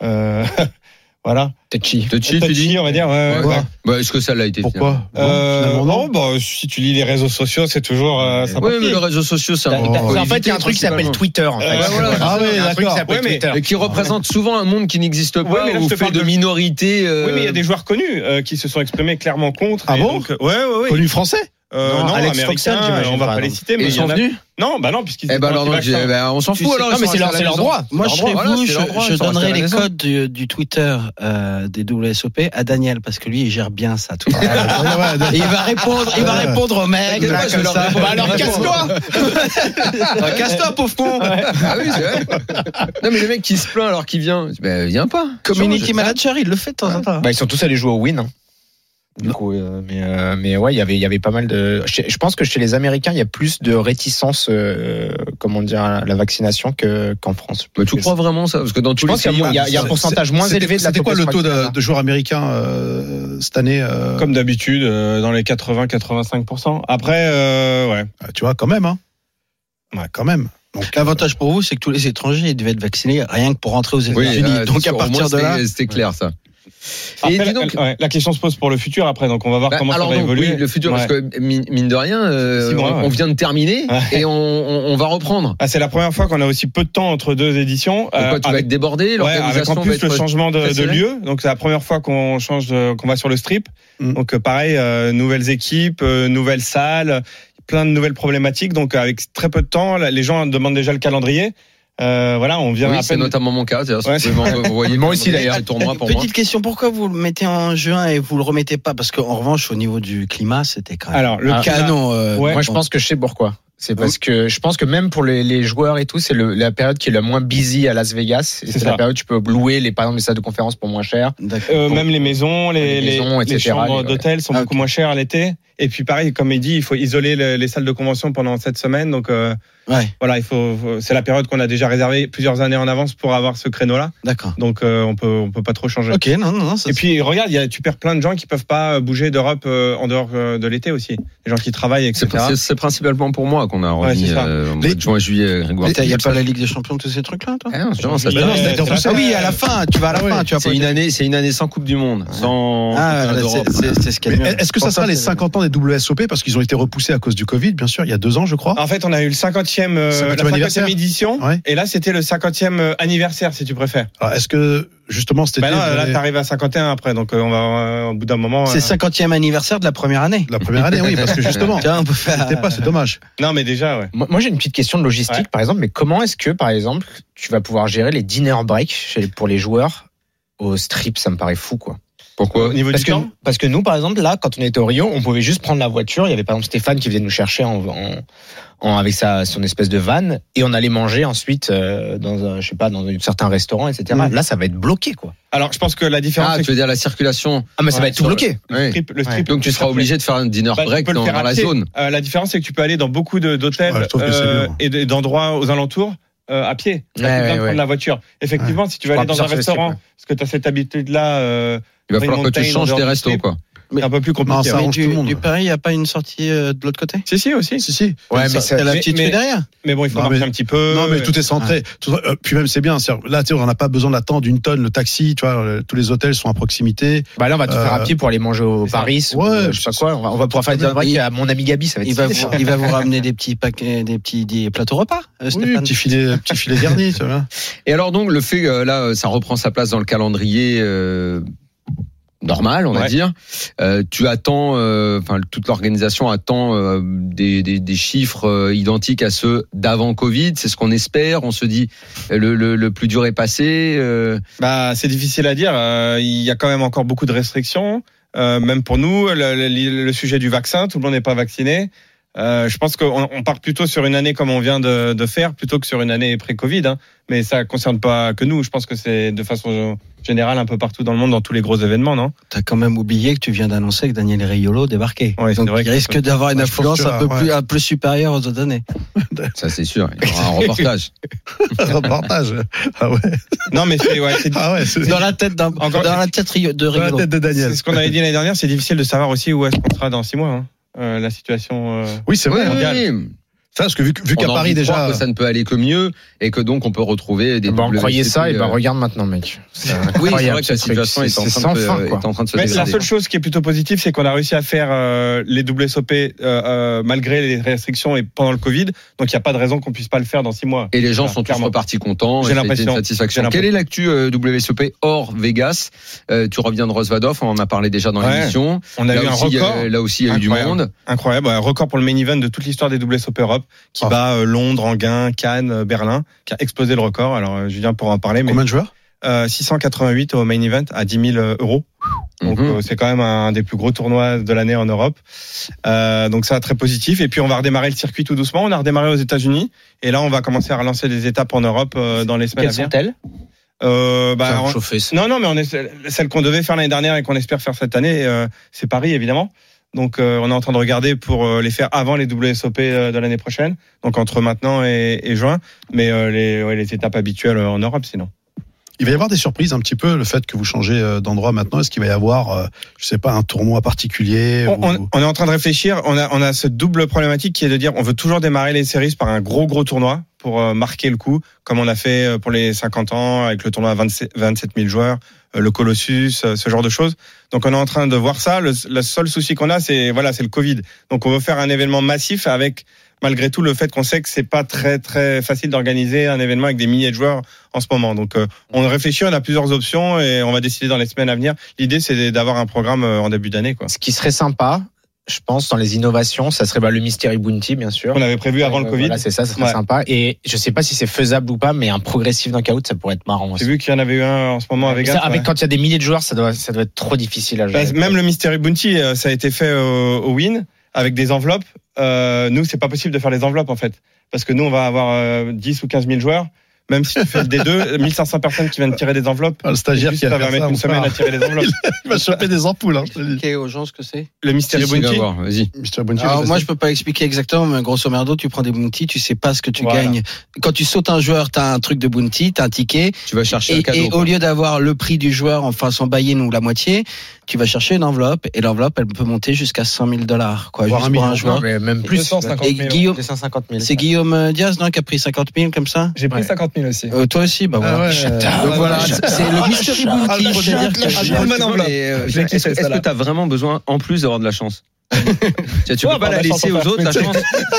D: euh, voilà.
A: Touchy. Touchy, tu
D: Touchy,
A: dis
D: on va dire. ouais, ouais,
A: Ouais.
D: ouais.
A: Bah, Est-ce que ça l'a été finalement
B: Pourquoi Non,
D: Euh,
B: finalement,
D: non,
B: non.
D: bah, si tu lis les réseaux sociaux, c'est toujours euh,
A: Oui,
D: sympathique.
A: mais les réseaux sociaux, c'est un
B: T'as-
A: truc
B: t'as-
A: qu'on peut
C: En fait, il y a un
A: éviter,
C: truc qui s'appelle
A: principalement.
C: Twitter. En
D: Euh,
C: fait.
A: bah,
D: voilà,
C: Ah ouais,
D: c'est un
C: d'accord.
D: truc qui s'appelle
C: Ouais, mais-
D: Twitter.
A: Et qui représente souvent un monde qui n'existe
D: Ouais,
A: pas
D: mais là, je
A: ou
D: te
A: fait
D: parle
A: de
D: de-
A: minorités. euh,
D: Oui, mais il y a des joueurs connus euh, qui se sont exprimés clairement contre.
B: Ah
D: Et
B: bon
D: donc, euh, Ouais, ouais, ouais.
B: Connu français
D: Euh, non,
C: Non, Alex
D: américains,
C: Foxen, j'imagine,
D: on va
C: par
D: pas les
C: exemple.
D: citer,
A: Et
D: mais
A: ils
D: il y
A: sont
D: en a-
A: venus
D: Non, bah non, puisqu'ils
A: Eh
D: étaient
A: ben alors, donc,
D: anti-vaccins.
A: eh ben, on s'en
C: Tu
A: fout
C: sais-
A: alors. ils
C: non, mais
A: sont
C: c'est leur-
A: restés à la
C: c'est leur
A: maison.
C: droit.
E: Moi,
A: Leur
E: je
A: droit,
E: serais
A: voilà,
E: vous,
A: c'est leur droit,
E: je,
A: ils
E: je
A: sont restés à
E: donnerais
A: la
E: les
A: maison.
E: codes du, du Twitter euh, des WSOP à Daniel, parce que lui, il gère bien ça. Tout Et il va répondre, il va répondre aux mecs.
A: T'inquiète
E: là,
A: pas, je
E: comme
A: leur
E: ça.
A: réponds.
E: Bah alors, casse-toi Bah, Casse-toi, pauvre con
A: Ah oui, c'est vrai. Non, mais le mec qui se plaint alors qu'il vient, ben, viens pas.
E: Community
A: Change.
E: manager, il le fait de temps en temps.
C: Bah, ils sont tous allés jouer au win. hein. Du coup, euh, mais, euh, mais ouais, il y avait- il y avait pas mal de. Je, je pense que chez les Américains, il y a plus de réticence, euh, comment dire, à la vaccination que- qu'en France.
A: Bah, tu crois vraiment ça Parce que dans
C: Je
A: tous les
C: pense qu'il
A: pays,
C: y, a- il y a- il y a un
B: C'est-
C: pourcentage moins
B: C'était-
C: élevé de la
B: C'était quoi le taux
C: population hein.
B: de,
C: vaccinée.
B: de joueurs américains euh, cette année euh,
D: Comme d'habitude, euh, dans les 80-85%. Après, euh, ouais.
B: Ah, Tu vois, quand même. Hein. Ouais, quand même. Donc,
E: L'avantage pour vous, c'est que tous les étrangers, ils devaient être vaccinés rien que pour rentrer aux
A: Oui,
E: États-Unis.
A: euh,
E: Donc,
A: c'est
E: à
A: sûr, au moins,
E: partir de là.
A: c'était- C'était clair ça.
D: Après,
A: Et dis
D: la-
A: donc.
D: la, ouais, la question se pose pour le futur après, donc on va voir
A: Bah,
D: comment ça
A: alors
D: va
A: donc,
D: évoluer.
A: oui, le futur,
D: Ouais.
A: parce que mine mine de rien, euh,
D: Six mois,
A: on,
D: ouais.
A: on vient de terminer
D: Ouais.
A: et on, on- on va reprendre.
D: Ah, c'est la première fois qu'on a aussi peu de temps entre deux éditions.
A: Et
D: Euh,
A: quoi, tu vas
D: avec-
A: être débordé,
D: ouais, avec
A: l'organisation
D: en
A: va
D: plus
A: être
D: le changement de,
A: très
D: de
A: serrée.
D: lieu. Donc c'est la première fois qu'on change, de- qu'on va sur le strip.
B: Mm.
D: Donc euh, pareil, euh, nouvelles équipes, euh, nouvelles salles, plein de nouvelles problématiques. Donc euh, avec très peu de temps, là, les gens demandent déjà le calendrier. Euh, voilà, on vient
A: Oui,
D: à
A: c'est
D: peine.
A: notamment mon cas. d'ailleurs, si
D: Ouais,
A: vous pouvez m'en- vous voyez, moi aussi d'ailleurs, le tournoi pour
E: Petite
A: moi.
E: question, pourquoi vous le mettez en juin et vous le remettez pas Parce qu'en revanche, au niveau du climat, c'était quand même
D: Alors le
E: canon. euh,
D: Ouais.
C: Moi, je pense que je sais pourquoi. C'est parce que je pense que même pour les, les joueurs et tout, c'est le- la période qui est la moins busy à Las Vegas. Et
D: C'est
C: C'est
D: ça.
C: la période où tu peux louer les, par exemple, les salles de conférence pour moins cher.
E: D'accord.
D: Euh, même les maisons, les,
C: Les maisons,
D: les- les
C: etc.,
D: chambres
C: les-
D: d'hôtel sont
E: Ah,
D: beaucoup moins chères l'été. Et puis pareil, comme il dit, il faut isoler le- les salles de convention pendant cette semaine. Donc euh,
E: Ouais,
D: voilà, il faut, faut- c'est la période qu'on a déjà réservée plusieurs années en avance pour avoir ce créneau-là.
E: d'accord.
D: Donc euh, on peut on peut pas trop changer.
E: Ok, non, non, non. ça-
D: Et puis regarde, il y a, tu perds plein de gens qui peuvent pas bouger d'Europe euh, en dehors euh, de l'été aussi. Les gens qui travaillent, etc.
A: C'est c'est- c'est principalement pour moi qu'on a remis
D: c'est ça.
A: euh, en
B: Les-
A: mois de juin, juillet, Grégoire.
E: Putain, Il n'y a pas la Ligue des Champions, tous ces trucs-là, toi
A: Ah non, non, ça se termine.
D: Mais non, c'est-
B: c'est-
E: Ah oui, à la fin, tu vas à la fin, tu vas pas-
A: C'est une année, c'est une année sans Coupe du Monde, sans
E: Ah,
A: Coupe
E: là,
A: d'Europe.
E: c'est- c'est c'est ce qu'il y a de
B: Mais
E: mieux.
B: Est-ce que ça sera les 50 ans des WSOP parce qu'ils ont été repoussés à cause du Covid, bien sûr, il y a deux ans, je crois.
D: En fait, on a eu le 50e, euh,
B: 50e
D: la 50e
B: anniversaire.
D: édition.
B: Ouais.
D: Et là, c'était le 50e euh, anniversaire, si tu préfères.
B: Alors, Est-ce que justement c'était
D: Bah là, là, t'arrives à 51 après, donc euh, on va, euh, au bout d'un moment.
E: C'est
D: euh,
E: 50e anniversaire de la première année.
B: la première année, oui, parce que justement,
E: Tu vois, on peut faire.
B: c'était pas, c'est dommage.
D: Non, mais déjà, ouais.
C: Moi, moi, j'ai une petite question de logistique,
D: Ouais.
C: par exemple. Mais comment est-ce que, par exemple, tu vas pouvoir gérer les dinner breaks chez- pour les joueurs au strip Ça me paraît fou, quoi.
A: Pourquoi
D: Au niveau
C: parce
D: du
C: que,
D: temps
C: parce que nous, par exemple, là, quand on était au Rio, on pouvait juste prendre la voiture. Il y avait par exemple Stéphane qui venait nous chercher en, en- en- avec sa, son espèce de van et on allait manger ensuite euh, dans un, je sais pas, dans un certain restaurant, etc. Là, ça va être bloqué, quoi.
D: Alors, je pense que la différence,
A: Ah,
D: c'est
A: tu
D: que
A: veux dire la circulation.
C: Ah, mais ça
D: Ouais,
C: va être tout
A: sur-
C: bloqué.
A: ouais.
D: le strip, le strip,
A: Donc tu seras obligé de faire un dinner
D: Bah, tu
A: break
D: peux le
A: dans,
D: faire
A: dans
D: à
A: la
D: pied.
A: zone.
D: Euh, la différence, c'est que tu peux aller dans beaucoup de- d'hôtels
B: Ouais, je trouve que c'est
D: euh,
B: mieux.
D: et de- d'endroits aux alentours euh, à pied. T'as
C: Ouais,
D: plus besoin
C: ouais,
D: de prendre
C: ouais.
D: la voiture. Effectivement, si tu veux
C: Je
D: aller
C: prends
D: dans un
C: plusieurs sur le strip,
D: restaurant, parce que tu as cette habitude-là, euh,
A: Il va
D: Green
A: falloir que tu
D: Mountain, en
A: changes
D: dehors
A: tes
D: du
A: restos,
D: strip.
A: quoi.
D: c'est un peu plus compliqué.
B: Non, ça
D: ouais.
B: arrange
E: du,
B: tout le monde.
E: du Paris, il n'y a pas une sortie euh, de l'autre côté
D: Si, si, aussi.
B: Si, si.
C: Ouais, mais
B: Ça-
C: ça-
E: T'as la
D: mais-
E: petite
D: mais-
E: fille derrière
D: Mais bon, il faut
B: Non,
D: marcher
B: mais-
D: un petit peu.
B: non, mais tout est centré. Tout- euh, puis même, c'est bien. c'est-à-dire, Là, tu sais, on n'a pas besoin d'attendre une tonne le taxi. Tu vois, euh, tous les hôtels sont à proximité.
C: Bah là, on va tout faire à
B: Euh,
C: pied pour aller manger au Paris. ou,
B: Ouais,
C: euh, je sais pas quoi. On va, on va pouvoir faire des adresses à mon ami Gabi, ça va être
E: il va, vous,
C: stylé.
E: il va vous ramener des petits paquets, des petits des plateaux repas, euh,
B: Oui,
E: Stéphane.
B: petit filet, petit filet garni. Tu vois.
A: Et alors donc le fait euh, là euh, ça reprend sa place dans le calendrier euh, normal on va
D: Ouais.
A: dire. Euh, tu attends euh, enfin toute l'organisation attend euh, des, des, des chiffres euh, identiques à ceux d'avant Covid. C'est ce qu'on espère. On se dit euh, le, le, le plus dur est passé. euh,
D: Bah, c'est difficile à dire. Euh, Il y a quand même encore beaucoup de restrictions. Euh, même pour nous, le, le- le sujet du vaccin, tout le monde n'est pas vacciné. Euh, je pense qu'on on part plutôt sur une année comme on vient de, de faire, plutôt que sur une année pré-Covid. hein. Mais ça concerne pas que nous. Je pense que c'est de façon générale un peu partout dans le monde, dans tous les gros événements, non
E: T'as quand même oublié que tu viens d'annoncer que Daniel Riolo débarquait.
D: Ouais, c'est
E: Donc
D: vrai
E: il
D: que-
E: risque d'avoir une
B: Ouais, je pense
E: influence
B: que
E: un
B: là,
E: peu
B: ouais.
E: plus, un peu supérieure aux autres années.
A: ça c'est sûr. Il y aura un reportage.
B: Reportage. Ah ouais.
D: Non, mais c'est ouais, c'est-
B: Ah ouais. c'est-
E: Dans la tête d'un,
D: Encore-
E: dans la tête Rio- de
B: dans la
E: Riolo.
B: tête de Daniel.
D: c'est ce qu'on avait dit l'année dernière. C'est difficile de savoir aussi où est-ce qu'on sera dans six mois. hein. Euh, la situation. euh,
B: Oui, c'est
A: Oui,
B: vrai.
A: oui,
B: hein.
A: oui.
B: Ça, parce que vu, que- vu
A: On a
B: qu'à
A: envie
B: Paris
A: de croire
B: déjà,
A: que ça ne peut aller que mieux et que donc on peut retrouver des.
C: Bah, on
A: WCP,
C: croyait ça, et
A: euh,
C: bah regarde maintenant, mec. C'est
A: Oui, c'est
C: incroyable,
A: vrai que la
C: ce truc.
A: situation est,
C: C'est-
A: en
C: c'est
A: train de,
C: sans fin, quoi.
A: est en train de se
D: Mais la
A: dégrader.
D: seule chose qui est plutôt positive, c'est qu'on a réussi à faire euh, les doubles SOP euh, euh, malgré les restrictions et pendant le Covid. Donc il n'y a pas de raison qu'on puisse pas le faire dans six mois.
A: Et les gens
D: Voilà,
A: sont tous
D: clairement.
A: repartis contents.
D: J'ai
A: et ça a été
D: l'impression.
A: Une satisfaction.
D: J'ai
A: Quelle est l'actu euh, WCP hors Vegas Euh, Tu reviens de Rosvadov, on en a parlé déjà dans
D: Ouais.
A: l'émission.
D: On a eu
A: Là
D: un
A: aussi, il y a-
D: record
A: là aussi, il y a eu du
D: Incroyable.
A: monde.
D: incroyable, un record pour le main event de toute l'histoire des doubles SOP Europe, qui
B: Oh.
D: bat euh, Londres, Anguin, Cannes, euh, Berlin, qui a explosé le record. Alors euh, Julien pourra en parler, mais
B: combien de joueurs
D: euh, 688 au main event à 10 000 euros. Donc
A: Mhm.
D: euh, c'est quand même un des plus gros tournois de l'année en Europe. Euh, donc ça très positif. Et puis on va redémarrer le circuit tout doucement. On a redémarré aux États-Unis et là on va commencer à relancer des étapes en Europe euh, dans les semaines à
C: Quelles
D: venir.
C: sont-elles
D: Euh, bah,
E: Ça va
D: on-
E: chauffer, ça.
D: non non mais on est celle qu'on devait faire l'année dernière et qu'on espère faire cette année euh, c'est Paris évidemment. Donc euh, on est en train de regarder pour euh, les faire avant les WSOP euh, de l'année prochaine. Donc entre maintenant et, et juin. Mais euh, les ouais, les étapes habituelles euh, en Europe sinon.
B: Il va y avoir des surprises un petit peu, le fait que vous changez euh, d'endroit maintenant. Est-ce qu'il va y avoir, euh, je sais pas, un tournoi particulier
D: On,
B: ou-
D: on- on est en train de réfléchir. On a, on a cette double problématique qui est de dire on veut toujours démarrer les séries par un gros gros tournoi pour euh, marquer le coup, comme on a fait euh, pour les 50 ans avec le tournoi à 27, 27 000 joueurs, euh, le Colossus, euh, ce genre de choses. Donc on est en train de voir ça. Le, le seul souci qu'on a, c'est voilà, c'est le Covid. Donc on veut faire un événement massif avec malgré tout le fait qu'on sait que c'est pas très très facile d'organiser un événement avec des milliers de joueurs en ce moment. Donc euh, on réfléchit, on a plusieurs options et on va décider dans les semaines à venir. L'idée c'est d'avoir un programme euh, en début d'année quoi.
C: Ce qui serait sympa, je pense, dans les innovations, ça serait bah, le Mystery Bounty, bien sûr.
D: qu'on avait prévu avant le
C: Ouais,
D: Covid.
C: Voilà, c'est ça, ça serait
D: Ouais.
C: sympa. Et je sais pas si c'est faisable ou pas, mais un progressif d'un out, ça pourrait être marrant
D: J'ai
C: aussi.
D: vu qu'il y en avait eu un en ce moment à
C: Mais
D: Vegas.
C: ça, avec
D: ouais.
C: quand il y a des milliers de joueurs, ça doit, ça doit être trop difficile à
D: Bah,
C: gérer.
D: même le Mystery Bounty, euh, ça a été fait au, au Win avec des enveloppes. Euh, nous, c'est pas possible de faire les enveloppes en fait, parce que nous, on va avoir euh, 10 ou 15 000 joueurs. Même si tu fais le euh, D2, 1500 personnes qui viennent tirer des enveloppes.
B: Ah, le stagiaire
D: Juste,
B: qui a
D: ça
B: fait
D: va mettre
B: ça,
D: une
B: mon
D: semaine
B: frère.
D: à tirer les enveloppes.
B: Il va choper des ampoules, hein, je te le dis.
E: Expliquer aux gens ce que c'est.
D: Le Mystery
A: Si, si, va
D: Bounty,
A: voir, Vas-y.
B: Mr. Bonji,
E: Alors,
B: vous
E: Ah, moi,
B: êtes-
E: je peux pas expliquer exactement, mais grosso merdo, tu prends des bounties, tu sais pas ce que tu
D: Voilà.
E: gagnes. Quand tu sautes un joueur, t'as un truc de bounty, t'as un ticket,
A: Tu vas chercher
E: et,
A: un cadeau.
E: et au lieu d'avoir le prix du joueur, enfin son buy-in ou la moitié, tu vas chercher une enveloppe, et l'enveloppe, elle peut monter jusqu'à 100 000 dollars, quoi,
B: Voire
E: juste
B: un
E: pour
B: million.
E: un
C: Non,
E: joueur.
C: mais même plus.
F: 250
E: Et
F: 000.
E: Guillaume,
C: 250 000.
E: c'est Guillaume euh, Diaz, non, qui a pris 50 000 comme ça?
F: J'ai pris
C: Ouais.
F: 50 000 aussi.
E: Euh, toi aussi, bah voilà.
B: Ah ouais.
E: Donc voilà, c'est le mystery
B: Ah,
E: bounty,
B: le
E: c'est-à-dire
B: chat, le
E: que
B: chat.
A: Mais,
F: Roman Blanc.
A: euh,
F: Je l'ai
A: Est-ce
F: kiffé,
A: est-ce que
F: celle-là.
A: tu as vraiment besoin, en plus, d'avoir de la chance Tu tu
F: Ouais,
A: peux
F: bah,
A: pas la
F: la chance,
A: laisser
F: on
A: aux
F: fait
A: autres, la chance.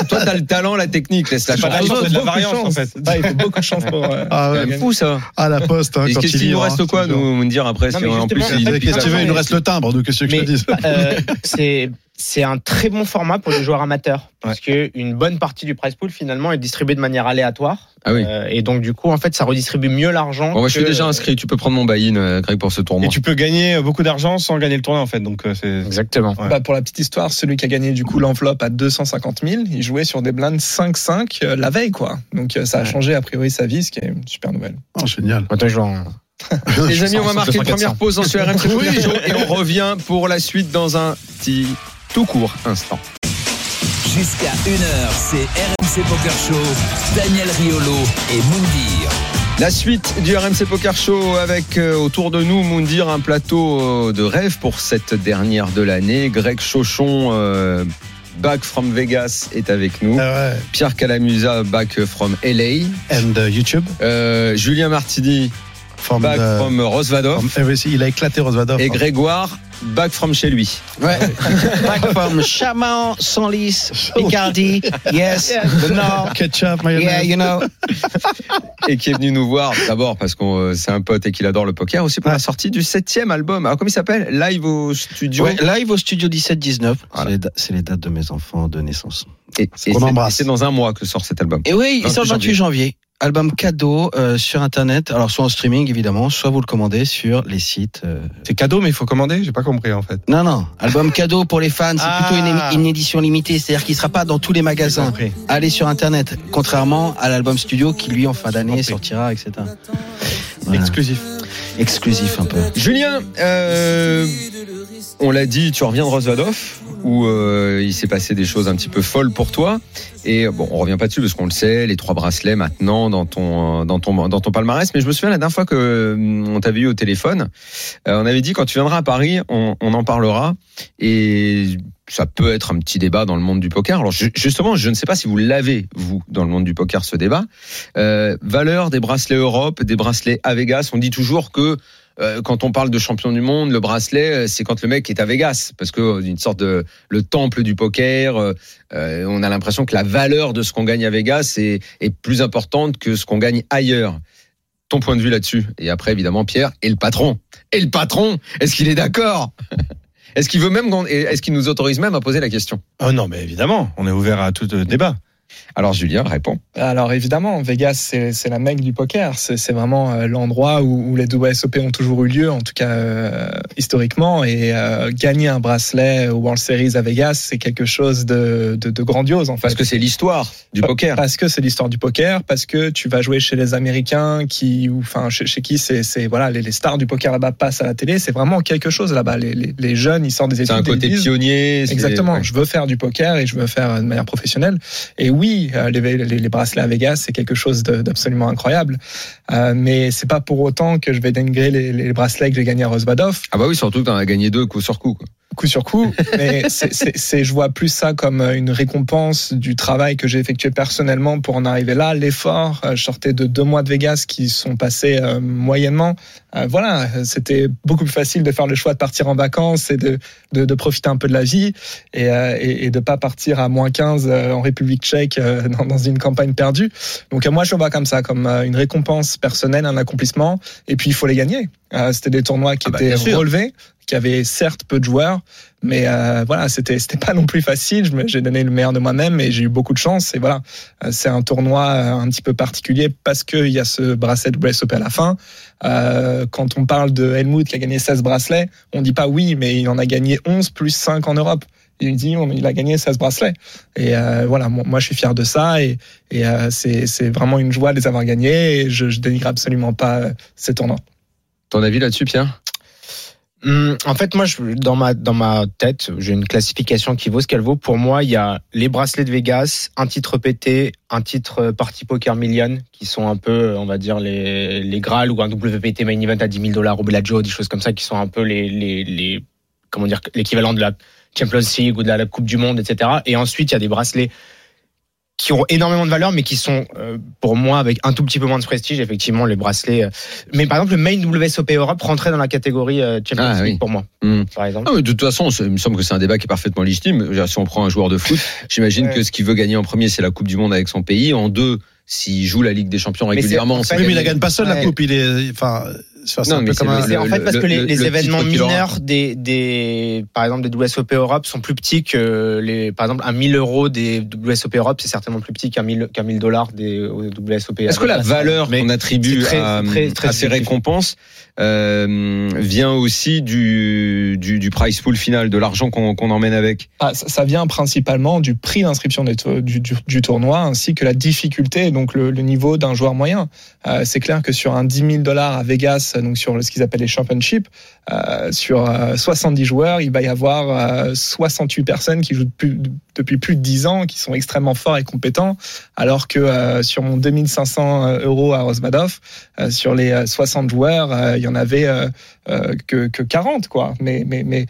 A: Toi, t'as le talent, la technique, laisse la
D: C'est pas de Bah, la
A: chance.
D: chance, c'est de la variance hein. en fait.
F: Ah, il faut beaucoup de chance pour. euh,
B: Ah ouais.
A: C'est fou ça.
B: à la poste, hein,
A: Et
B: quand
A: Qu'est-ce
B: il
A: qu'il
B: y
A: nous
B: aura,
A: reste quoi,
B: c'est dur.
A: nous, me dire après
C: Non,
A: si
C: mais
A: on- En plus,
C: justement,
A: il-
C: en fait,
B: Qu'est-ce que tu veux Il nous reste le timbre, donc qu'est-ce que je
C: Mais,
B: te dis
C: euh, c'est c'est un très bon format pour les joueurs amateurs parce que une bonne partie du prize pool finalement est distribuée de manière aléatoire
A: Ah oui.
C: Euh, et donc du coup en fait ça redistribue mieux l'argent.
A: Bon, Oh, moi, je suis
C: que-
A: déjà inscrit. Tu peux prendre mon buy-in, euh, Greg, pour ce
D: Et
A: tournoi.
D: tu peux gagner beaucoup d'argent sans gagner le tournoi en fait. Donc euh, c'est
C: Exactement.
D: Ouais.
F: Bah, pour la petite histoire, celui qui a gagné du coup l'enveloppe à 250 000, il jouait sur des blindes 5-5 euh, la veille, quoi. Donc euh, ça a changé a priori sa vie, ce qui est une super nouvelle.
B: Oh, Génial.
C: Maintenant ils jouent en-
A: Les amis, on va marquer une
C: 400.
A: première pause dans ce RMC Poker Show et on revient pour la suite dans un petit tout court instant.
G: Jusqu'à 1h, c'est RMC Poker Show. Daniel Riolo et Moundir.
A: La suite du RMC Poker Show avec euh, autour de nous Moundir, un plateau euh, de rêve pour cette dernière de l'année. Greg Chauchon, euh, back from Vegas, est avec nous.
B: Ah ouais.
A: Pierre Calamusa, back from LA.
B: And euh, YouTube.
A: Euh, Julien Martini,
B: From,
A: back
B: the-
A: from Rosvadov.
B: from everything. Il a éclaté Rosvadov.
A: Et Grégoire, back from chez lui.
E: Ouais. Back from Chaman, Senlis, Picardy, yes, the Nord.
B: Ketchup,
E: Yeah,
B: mayonnaise.
E: you know.
A: Et qui est venu nous voir d'abord parce que c'est un pote et qu'il adore le poker. Aussi pour la sortie du septième album. Alors, comment il s'appelle Live au studio.
E: Ouais, live au studio 17-19.
A: Voilà.
E: C'est les da- C'est les dates de mes enfants de naissance.
A: Et, et c'est
B: qu'on embrasse.
A: et c'est dans un mois que sort cet album.
E: Et oui, il
A: 28
E: sort le 28 janvier. Album cadeau euh, sur internet, alors soit en streaming évidemment, soit vous le commandez sur les sites. euh.
D: C'est cadeau, mais il faut commander. J'ai pas compris en fait.
E: Non non, album cadeau pour les fans, c'est
D: Ah.
E: plutôt une, émi- une édition limitée, c'est-à-dire qu'il sera pas dans tous les magasins. Allez sur internet, contrairement à l'album studio qui lui en fin d'année sortira, etc. Voilà.
D: Exclusif.
E: Exclusif un peu.
A: Julien, euh, on l'a dit, tu reviens de Rosvadov, où euh, il s'est passé des choses un petit peu folles pour toi. Et bon, on revient pas dessus parce qu'on le sait, les trois bracelets maintenant dans ton, euh, dans ton, dans ton palmarès. Mais je me souviens la dernière fois que euh, on t'avait eu au téléphone, euh, on avait dit quand tu viendras à Paris, on, on en parlera. Et ça peut être un petit débat dans le monde du poker. Alors ju- justement, je ne sais pas si vous l'avez vous dans le monde du poker ce débat. Euh, valeur des bracelets Europe, des bracelets à Vegas. On dit toujours que euh, quand on parle de champion du monde, le bracelet, euh, c'est quand le mec est à Vegas, parce que euh, une sorte de le temple du poker. euh, euh, on a l'impression que la valeur de ce qu'on gagne à Vegas est, est plus importante que ce qu'on gagne ailleurs. Ton point de vue là-dessus. Et après, évidemment, Pierre et le patron. Et le patron, est-ce qu'il est d'accord Est-ce qu'il veut même, qu'on- et est-ce qu'il nous autorise même à poser la question
D: Oh non, mais évidemment, on est ouvert à tout euh, débat.
A: Alors Julien répond.
F: Alors évidemment, Vegas, c'est c'est la mecque du poker. C'est c'est vraiment euh, l'endroit où, où les WSOP ont toujours eu lieu, en tout cas euh, historiquement. Et euh, gagner un bracelet au World Series à Vegas, c'est quelque chose de, de- de grandiose en fait.
A: Parce que c'est l'histoire du poker.
F: Parce que c'est l'histoire du poker, parce que tu vas jouer chez les Américains, qui, ou, enfin, chez, chez qui c'est, c'est- voilà, les, les stars du poker là-bas passent à la télé. C'est vraiment quelque chose là-bas. Les, les- les jeunes, ils sortent des études.
A: C'est un
F: et ils
A: côté
F: disent,
A: pionnier. c'est-
F: Exactement.
A: ouais.
F: Je veux faire du poker et je veux faire euh, de manière professionnelle. Et oui, euh, les, les- les bracelets à Vegas, c'est quelque chose de- d'absolument incroyable. Euh, mais c'est pas pour autant que je vais dénigrer les, les bracelets que j'ai gagnés à Rosbadov,
A: Ah bah oui, surtout que t'en as gagné deux coup sur coup. quoi.
F: coup sur coup. Mais c'est- c'est- c'est- je vois plus ça comme euh, une récompense du travail que j'ai effectué personnellement pour en arriver là, l'effort. Euh, Je sortais de deux mois de Vegas qui sont passés euh, moyennement. Euh, voilà, euh, c'était beaucoup plus facile de faire le choix de partir en vacances et de, de, de profiter un peu de la vie et, euh, et, et de pas partir à moins 15 euh, en République tchèque euh, dans, dans une campagne perdue. Donc euh, moi, je le vois comme ça, comme euh, une récompense personnelle, un accomplissement. Et puis, il faut les gagner. Euh, C'était des tournois qui
A: Ah bah,
F: étaient
A: bien sûr.
F: relevés, qui avaient certes peu de joueurs, mais euh, voilà, c'était c'était pas non plus facile. Je me- J'ai donné le meilleur de moi-même et j'ai eu beaucoup de chance. Et voilà, Euh, c'est un tournoi euh, un petit peu particulier parce qu'il y a ce bracelet de WSOP à la fin. Euh, quand on parle de Helmut qui a gagné 16 bracelets, on dit pas oui, mais il en a gagné 11 plus 5 en Europe. Il dit on- il a gagné 16 bracelets. Et euh, voilà, moi, moi, je suis fier de ça et, et euh, c'est c'est vraiment une joie de les avoir gagnés et je, je dénigre absolument pas euh, ces tournois.
A: Ton avis là-dessus, Pierre
C: Hum, en fait, moi, je, dans, ma, dans ma tête, j'ai une classification qui vaut ce qu'elle vaut. Pour moi, il y a les bracelets de Vegas, un titre PT, un titre euh, Party Poker Million, qui sont un peu, euh, on va dire, les, les Graal ou un WPT Main Event à 10 000 dollars au Bellagio, des choses comme ça, qui sont un peu les, les, les comment dire, l'équivalent de la Champions League ou de la, la Coupe du Monde, etc. Et ensuite, il y a des bracelets qui ont énormément de valeur, mais qui sont, euh, pour moi, avec un tout petit peu moins de prestige, effectivement, les bracelets. euh. Mais par exemple, le Main WSOP Europe rentrait dans la catégorie euh, Champions
A: Ah,
C: League
A: oui.
C: pour moi
A: Hmm.
C: par exemple.
A: Non, mais de toute façon, c'est- il me semble que c'est un débat qui est parfaitement légitime. Je veux dire, Si on prend un joueur de foot, j'imagine
F: Ouais.
A: que ce qu'il veut gagner en premier, c'est la Coupe du Monde avec son pays. En deux, s'il joue la Ligue des Champions
C: Mais c'est-
A: régulièrement,
C: en
A: c'est
C: fait-
B: Oui, mais il
A: gagné.
B: la gagne pas seul la
C: Ouais.
B: coupe. Il est, enfin, c'est
A: Non,
B: un
A: mais
B: peu comme
A: c'est-
B: un-
C: Mais c'est en
A: Ah, le-
C: fait
A: le-
C: parce que les,
A: le-
C: les
A: le
C: événements
A: titre qu'il aura.
C: mineurs des, des par exemple des WSOP Europe sont plus petits que les par exemple un 1000 euros des WSOP Europe c'est certainement plus petit qu'un 1000 qu'un 1000 dollars des euh, WSOP.
A: Est-ce que la valeur
C: Mais
A: qu'on attribue
C: c'est très-
A: à,
C: c'est très- très
A: à ces
C: subjectif.
A: récompenses euh, vient aussi du, du, du prize pool final, de l'argent qu'on qu'on emmène avec
F: Ah, ça, ça vient principalement du prix d'inscription des tou- du, du- du tournoi ainsi que la difficulté, donc le, le niveau d'un joueur moyen. Euh, c'est clair que sur un 10 000 dollars à Vegas donc sur le- ce qu'ils appellent les championships, euh, sur euh, 70 joueurs, il va y avoir euh, 68 personnes qui jouent depuis, depuis plus de 10 ans, qui sont extrêmement forts et compétents, alors que euh, sur mon 2500 euh, euros à Rosmadov, euh, sur les euh, 60 joueurs, euh, il y en avait euh, euh, que, que 40, quoi. Mais, mais, mais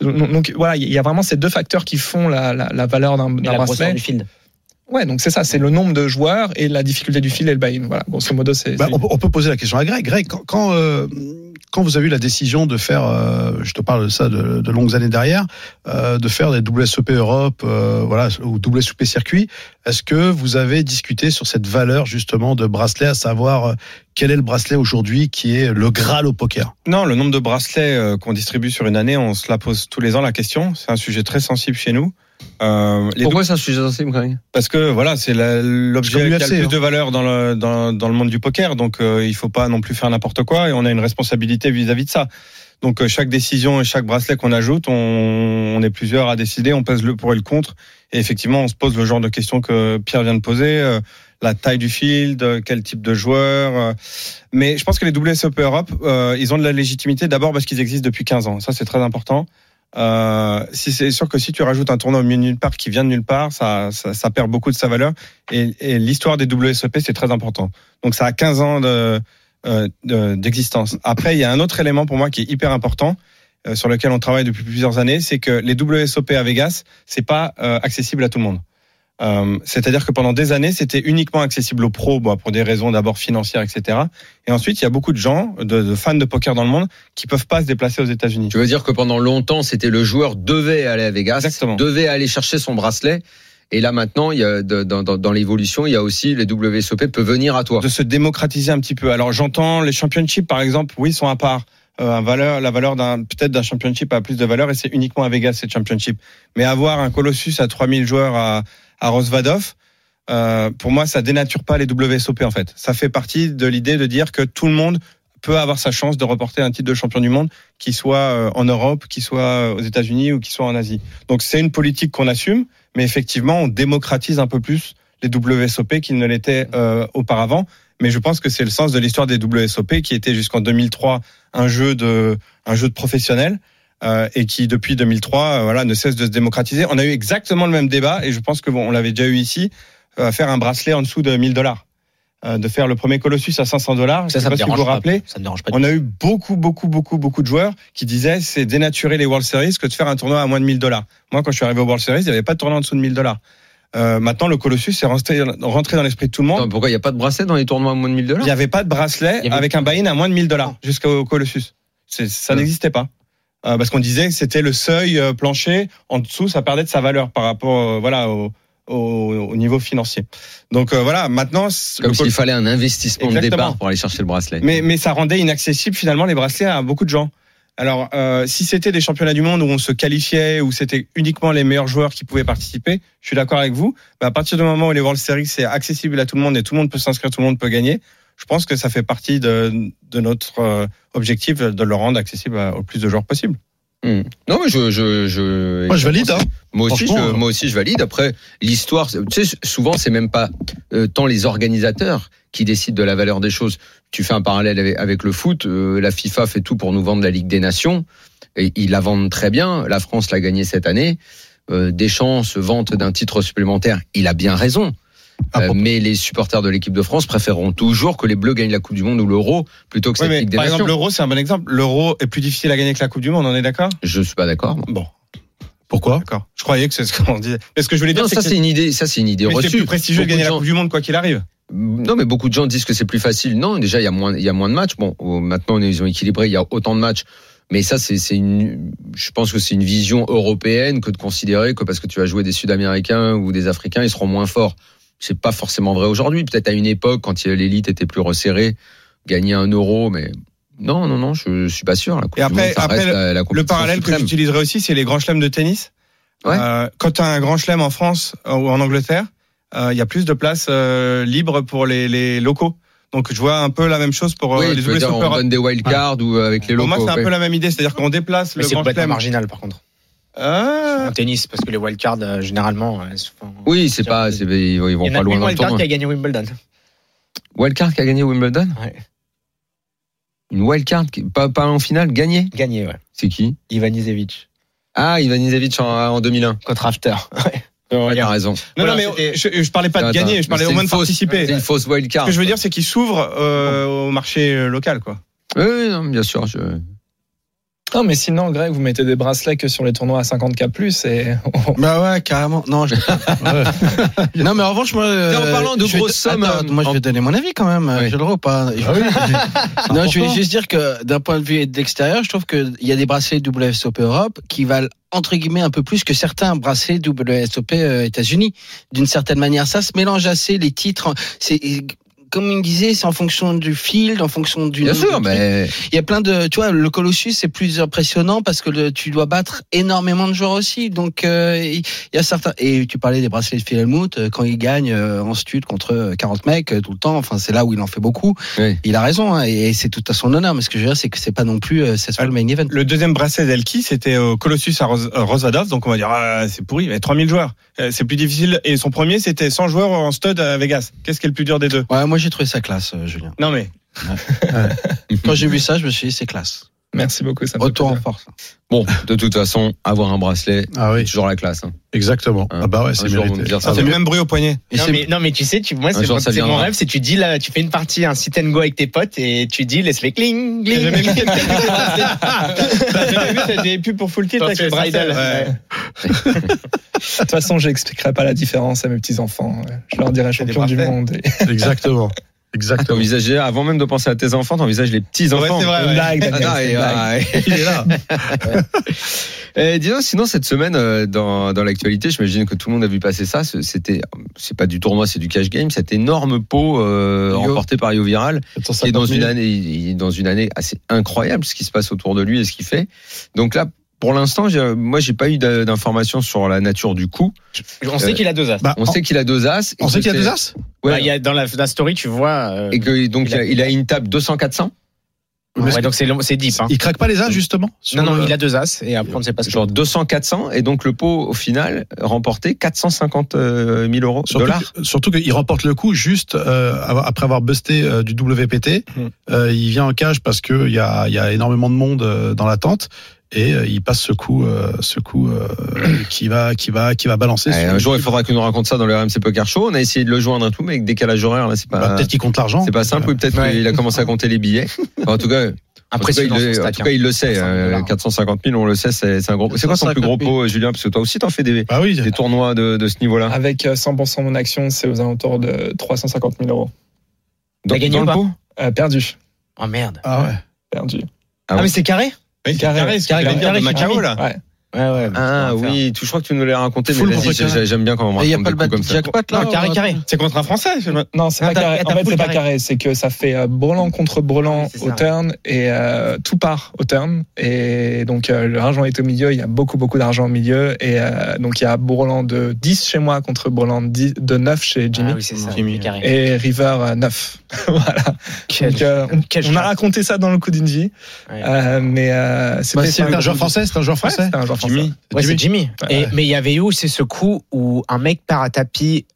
F: donc, donc, voilà, il y a vraiment ces deux facteurs qui font la, la, la valeur d'un
C: Mais
F: d'un
C: la grosseur
F: bracelet.
C: du field.
F: Ouais, donc c'est ça, c'est le nombre de joueurs et la difficulté du fil et le buy-in. Voilà, grosso modo, c'est.
B: Bah,
F: c'est-
B: on, peut- on peut poser la question à Greg. Greg, quand, quand, euh, quand vous avez eu la décision de faire, euh, je te parle de ça de, de longues années derrière, euh, de faire des WSOP Europe, euh, voilà, ou WSOP circuit, est-ce que vous avez discuté sur cette valeur justement de bracelet, à savoir euh, quel est le bracelet aujourd'hui qui est le Graal au poker
D: Non, le nombre de bracelets euh, qu'on distribue sur une année, on se la pose tous les ans la question. C'est un sujet très sensible chez nous. Euh, les
A: Pourquoi c'est un sujet sensible, Greg
D: Parce que voilà, c'est la- l'objet
B: Comme
D: qui a le
B: l'UFC,
D: plus
B: hein.
D: de valeur dans le, dans, dans le monde du poker, donc euh, il faut pas non plus faire n'importe quoi et on a une responsabilité vis-à-vis de ça. Donc euh, chaque décision et chaque bracelet qu'on ajoute, on, on est plusieurs à décider, on pèse le pour et le contre et effectivement on se pose le genre de questions que Pierre vient de poser, euh, la taille du field, euh, quel type de joueur. euh. mais je pense que les WSOP Europe, euh, ils ont de la légitimité d'abord parce qu'ils existent depuis 15 ans, ça c'est très important. Euh, si c'est sûr que si tu rajoutes un tournoi au milieu de nulle part qui vient de nulle part, ça, ça, ça perd beaucoup de sa valeur. Et, et l'histoire des WSOP, c'est très important. Donc ça a 15 ans de- euh, de- d'existence. Après, il y a un autre élément pour moi qui est hyper important, euh, sur lequel on travaille depuis plusieurs années, c'est que les WSOP à Vegas, c'est pas euh, accessible à tout le monde. Euh, C'est-à-dire que pendant des années, c'était uniquement accessible aux pros, bon, pour des raisons d'abord financières, etc. Et ensuite, il y a beaucoup de gens, de, de fans de poker dans le monde, qui peuvent pas se déplacer aux États-Unis.
A: Tu veux dire que pendant longtemps, c'était le joueur devait aller à Vegas,
D: Exactement.
A: devait aller chercher son bracelet. Et là maintenant, il y a, de- dans, dans- dans l'évolution, il y a aussi les WSOP peut venir à toi.
D: de se démocratiser un petit peu. Alors j'entends les championships par exemple, oui, sont à part. Euh, un valeur, la valeur d'un peut-être d'un championship a plus de valeur et c'est uniquement à Vegas ces championships. Mais avoir un Colossus à 3000 joueurs à, à Rosvadov, euh, pour moi, ça dénature pas les WSOP en fait. Ça fait partie de l'idée de dire que tout le monde peut avoir sa chance de reporter un titre de champion du monde, qu'il soit euh, en Europe, qu'il soit euh, aux États-Unis ou qu'il soit en Asie. Donc c'est une politique qu'on assume, mais effectivement, on démocratise un peu plus les WSOP qu'ils ne l'étaient
C: Mm.
D: euh, auparavant. Mais je pense que c'est le sens de l'histoire des WSOP qui était jusqu'en 2003 un jeu de un jeu de professionnels euh, et qui depuis 2003 euh, voilà ne cesse de se démocratiser. On a eu exactement le même débat et je pense que bon, on l'avait déjà eu ici euh, à faire un bracelet en dessous de 1000 dollars, euh, de faire le premier Colossus à 500 dollars. Je
C: Ça,
D: sais
C: ça me
D: pas si vous
C: dérange
D: vous
C: pas.
D: rappelez.
C: Ça me dérange pas.
D: On a eu beaucoup, beaucoup, beaucoup, beaucoup de joueurs qui disaient c'est dénaturer les World Series que de faire un tournoi à moins de 1000 dollars. Moi, quand je suis arrivé au World Series, il n'y avait pas de tournoi en dessous de 1000 dollars. Euh, maintenant, le Colossus est rentré, rentré dans l'esprit de tout le
A: Attends,
D: monde.
A: pourquoi il n'y a pas de bracelet dans les tournois à moins de 1000
D: Il
A: dollars
D: n'y avait pas de bracelet
C: Il y avait-
D: avec un buy-in à moins de 1000 dollars jusqu'au Colossus. C'est- Ça
A: Ouais.
D: n'existait pas. Euh, parce qu'on disait que c'était le seuil euh, plancher. En dessous, ça perdait de sa valeur par rapport euh, voilà, au, au- au niveau financier. Donc euh, voilà, maintenant. c'est-
A: Comme
D: le
A: s'il fallait un investissement de
D: Exactement.
A: départ pour aller chercher le bracelet.
D: mais, mais ça rendait inaccessible finalement les bracelets à beaucoup de gens. Alors, euh, si c'était des championnats du monde où on se qualifiait, où c'était uniquement les meilleurs joueurs qui pouvaient participer, je suis d'accord avec vous. Mais à partir du moment où les World Series c'est accessible à tout le monde et tout le monde peut s'inscrire, tout le monde peut gagner, je pense que ça fait partie de, de notre euh, objectif de le rendre accessible à- au plus de joueurs possible.
A: Hmm. Non, mais je, je, je,
B: Moi, je valide. hein.
A: Moi aussi, je,
B: Franchement, euh.
A: moi aussi, je valide. Après, l'histoire, c'est- tu sais, souvent, c'est même pas euh, tant les organisateurs qui décident de la valeur des choses. Tu fais un parallèle avec, avec le foot. euh, la FIFA fait tout pour nous vendre la Ligue des Nations. Et ils la vendent très bien. La France l'a gagnée cette année. Euh, Deschamps se vante d'un titre supplémentaire. Il a bien raison.
B: Ah,
A: Euh,
B: pour-
A: mais les supporters de l'équipe de France préféreront toujours que les Bleus gagnent la Coupe du Monde ou l'Euro plutôt que
D: Oui,
A: cette
D: mais
A: Ligue des
D: par exemple,
A: Nations.
D: l'euro, c'est un bon exemple. L'euro est plus difficile à gagner que la Coupe du Monde, on en est d'accord
A: Je suis pas d'accord. moi.
D: Bon,
B: Pourquoi
D: d'accord. Je croyais que c'est ce qu'on disait. Mais ce que je voulais dire,
A: Non,
D: c'est
A: ça
D: que
A: c'est
D: c'est
A: une idée. Ça c'est une idée
D: mais c'est
A: reçue.
D: plus prestigieux de
A: Beaucoup de
D: gagner la
A: gens-
D: Coupe du Monde quoi qu'il arrive.
A: Non, mais beaucoup de gens disent que c'est plus facile. Non, déjà, il y a moins, il y a moins de matchs. Bon, euh, maintenant, ils ont équilibré, il y a autant de matchs. Mais ça, c'est c'est une, je pense que c'est une vision européenne que de considérer que parce que tu vas jouer des Sud-Américains ou des Africains, ils seront moins forts. C'est pas forcément vrai aujourd'hui. Peut-être à une époque, quand il y a- l'élite était plus resserrée, gagner un euro, mais non, non, non, je, suis pas sûr. La Coupe
D: Et
A: du
D: après-
A: Monde, ça
D: après,
A: reste la, la
D: Le
A: compétition
D: parallèle que
A: suprême.
D: j'utiliserai aussi, c'est les grands chelems de tennis.
A: Ouais.
D: Euh, quand tu as un grand chelem en France euh, ou en Angleterre, euh, il y a plus de places euh, libres pour les, les locaux. Donc je vois un peu la même chose pour euh,
A: Oui,
D: les
A: tu veux
D: WSOP.
A: dire, on donne des wild cards ou avec les
D: Pour
A: locaux.
D: moi, c'est un
A: ouais.
D: peu la même idée, c'est-à-dire qu'on déplace
C: Mais
D: le
C: c'est
D: grand
C: complètement
D: chelem.
C: marginal par contre.
D: Ah,
C: En tennis, parce que les wildcards, euh, généralement, elles se font-
A: Oui, c'est pas, c'est- ils vont ils
C: Il
A: vont
C: y en
A: pas
C: a
A: loin
C: une
A: dans le
C: wildcard
A: tournoi.
C: qui a gagné Wimbledon.
A: Wildcard qui a gagné Wimbledon.
C: Ouais.
A: Une wildcard, qui- pas, pas en finale, gagnée
C: Gagné, ouais.
A: C'est qui
C: Ivan Isevic
A: Ah, Ivan Isevic en, en 2001.
C: contre After.
A: Ouais, t'as raison.
D: Non,
C: Voilà,
D: non, mais je, je parlais Euh, pas de
A: Attends,
D: gagner, je parlais
A: c'est
D: au moins
A: une
D: de
A: fausse-
D: participer.
A: C'est une fausse
D: Ce
A: wildcard.
D: que je veux dire, c'est qu'il s'ouvre euh, au marché euh, local, quoi.
A: Oui, oui, non, bien sûr. je-
F: Non, mais sinon, Greg, vous mettez des bracelets que sur les tournois à 50K plus et
E: Bah ouais, carrément. Non, je... non, mais en revanche, moi. euh,
A: Tiens, en parlant de
E: je vais-
A: grosses sommes,
E: Attends,
A: euh,
E: moi, je vais donner mon avis quand même.
A: Oui. Ah
E: Je le rôle pas. Je- non, je vais juste dire que d'un point de vue de l'extérieur, je trouve qu'il y a des bracelets WSOP Europe qui valent entre guillemets un peu plus que certains bracelets WSOP euh, États-Unis. D'une certaine manière, ça se mélange assez. Les titres, en- c'est comme il me disait, c'est en fonction du field, en fonction du.
A: Bien
E: nombre de
A: sûr,
E: trucs.
A: mais
E: Il y a plein de, tu vois, le Colossus c'est plus impressionnant parce que le- tu dois battre énormément de joueurs aussi. Donc euh, il il y a certains et tu parlais des bracelets de Philemouth euh, quand il gagne euh, en stud contre euh, 40 mecs euh, tout le temps. Enfin c'est là où il en fait beaucoup.
A: Oui.
E: Il a raison hein, et c'est tout à son honneur. Mais ce que je veux dire c'est que c'est pas non plus euh, c'est soit le main event.
D: Le deuxième bracelet d'Elki, c'était au Colossus à Ros- euh, Rosvadov, donc on va dire, ah, c'est pourri, il y avait 3000 joueurs. Euh, C'est plus difficile. Et son premier, c'était 100 joueurs en stud à Vegas. Qu'est-ce qui est le plus dur des deux
E: Ouais moi j'ai trouvé ça classe euh, Julien.
D: Non, mais
E: Quand j'ai vu ça je me suis dit c'est classe.
F: merci beaucoup. Mhm. Ça me fait
E: Retour en
F: plaisir.
E: force.
A: bon, de toute façon, avoir un bracelet,
B: Ah
A: c'est
B: oui,
A: toujours la classe. hein.
B: exactement.
A: Hein.
B: Ah bah ouais,
A: Un
B: c'est
A: jour, on
B: mérité.
A: va dire ça.
D: ça
B: Ah
D: fait
B: bah,
D: le même bruit au poignet.
E: Et
C: non
E: c'est-
C: mais, non, mais tu sais, tu, moi, c'est
A: jour,
C: mon,
A: ça
C: c'est mon
A: viendra.
C: rêve, c'est tu dis là, tu fais une partie, un sit and go avec tes potes et tu dis laisse-les cling, cling.
D: J'avais vu, t'as des pubs pour full kit,
C: T'as
D: avec
C: fait
D: le bracelet.
C: Seidel,
D: Ouais.
F: De toute façon, j'expliquerai pas la différence à mes petits-enfants. Je leur dirai
D: des
F: champion du
D: bracelets.
F: monde. Et-
B: Exactement. Exactement.
A: T'envisages, avant même de penser à tes enfants, t'envisages les
D: Ouais,
A: petits-enfants.
D: c'est vrai.
F: Une blague, Daniel,
A: Ah, non,
F: c'est
A: et,
F: une blague.
A: ah, et-
B: Il est là.
A: Eh, dis donc, sinon, cette semaine, euh, dans, dans l'actualité, j'imagine que tout le monde a vu passer ça. ce- C'était, c'est pas du tournoi, c'est du cash game. Cet énorme pot euh,
B: Yo.
A: remporté par Yo Viral. qui est
B: 150
A: dans
B: 000.
A: une année, il est dans une année assez incroyable, ce qui se passe autour de lui et ce qu'il fait. Donc là, pour l'instant, j'ai- moi, j'ai pas eu d'a- d'informations sur la nature du coup.
C: On sait qu'il a deux as.
B: Bah,
A: On
B: on-
A: sait qu'il a deux as.
B: on sait qu'il y a deux as
A: Ouais.
C: Bah, il y a, dans la, la story, tu vois. euh,
A: Et que donc il
C: Il
A: a,
C: a-
A: il a une table 200-400,
B: Mais est-ce
C: ouais,
B: que-
C: donc c'est long- c'est deep. Hein.
B: Il craque pas les as justement sur
C: Non, non,
B: le-
C: il a deux as et après on ne sait pas ce que
A: genre 200-400, et donc le pot au final remporté 450 000 euh, euros
B: Surtout,
A: dollars.
B: que- surtout qu'il remporte le coup juste euh, av- après avoir busté euh, du WPT.
D: Hmm.
B: Euh, il vient en cage parce qu'il y a, il y a énormément de monde euh, dans l'attente et euh, il passe ce coup, euh, ce coup euh, qui, va, qui, va, qui va balancer.
A: Eh,
B: sur-
A: un jour, il faudra qu'il nous raconte ça dans le RMC Poker Show. On a essayé de le joindre et tout, mais avec décalage horaire, là, c'est
B: Bah,
A: pas.
B: peut-être qu'il compte l'argent.
A: C'est pas simple, ou peut-être qu'il a commencé à compter les billets. Enfin, en tout cas, en tout
C: Après, c'est
A: cas,
C: dans
A: il,
C: son
A: le- en
C: stack,
A: tout cas,
C: hein.
A: il le sait. euh, 450 000, on le sait, c'est c'est un gros. C'est quoi ton plus gros
B: 450 000?
A: pot, euh, Julien Parce que toi aussi, t'en fais des,
B: Bah oui,
A: des tournois de, de ce
D: Ah,
A: niveau-là.
F: Avec euh, 100% mon action, c'est aux alentours de 350 000 euros.
A: Dans,
C: T'as gagné
A: dans
C: ou
A: le
C: pas
A: pot
F: Euh, perdu,
C: Oh merde.
B: ah ouais.
F: perdu.
A: Ah
C: Ah,
A: oui.
C: mais c'est carré
D: Oui, c'est
F: Carré,
D: carré, ce que
C: carré,
D: j'allais dire de
C: carré,
D: Macao,
C: carré.
D: là.
F: Ouais.
C: Ouais, ouais.
A: Ah oui, tu, je crois que tu nous l'as raconté,
B: Full
A: mais vas-y,
B: contre
A: j'ai-
B: carré.
A: j'aime bien quand on
E: Et
A: raconte
E: il y a pas le
A: des coups
E: bat
A: comme ça.
E: jackpot là.
C: Non, carré,
E: euh,
C: carré.
D: C'est contre un Français. je me-
F: Non, c'est
C: Ah,
F: pas
C: t'as-
F: carré.
C: t'as
F: En fait,
C: full
F: c'est pas
C: carré.
F: carré. C'est que ça fait euh, Borland contre Borland
C: Oui, c'est
F: au
C: ça.
F: turn et euh, tout part au turn. Et donc, euh, l'argent est au milieu. Il y a beaucoup, beaucoup d'argent au milieu. Et euh, donc, il y a Borland de 10 chez moi contre Borland 10 de 9 chez Jimmy.
C: Ah oui, c'est ça.
D: Jimmy.
C: c'est carré.
F: Et River euh, 9. voilà.
C: Quel-
F: Donc, euh, on-
C: quel
F: on a
C: chance.
F: raconté ça dans le coup d'Inji.
C: Ouais.
F: Euh, mais euh,
B: Bah,
F: c'était
B: c'est un joueur français, c'est un joueur
F: Ouais,
B: français.
F: c'était un joueur français.
D: Jimmy.
C: Ouais, c'est Jimmy.
F: Ouais.
C: Et, mais il y avait eu, c'est ce coup où un mec part à tapis.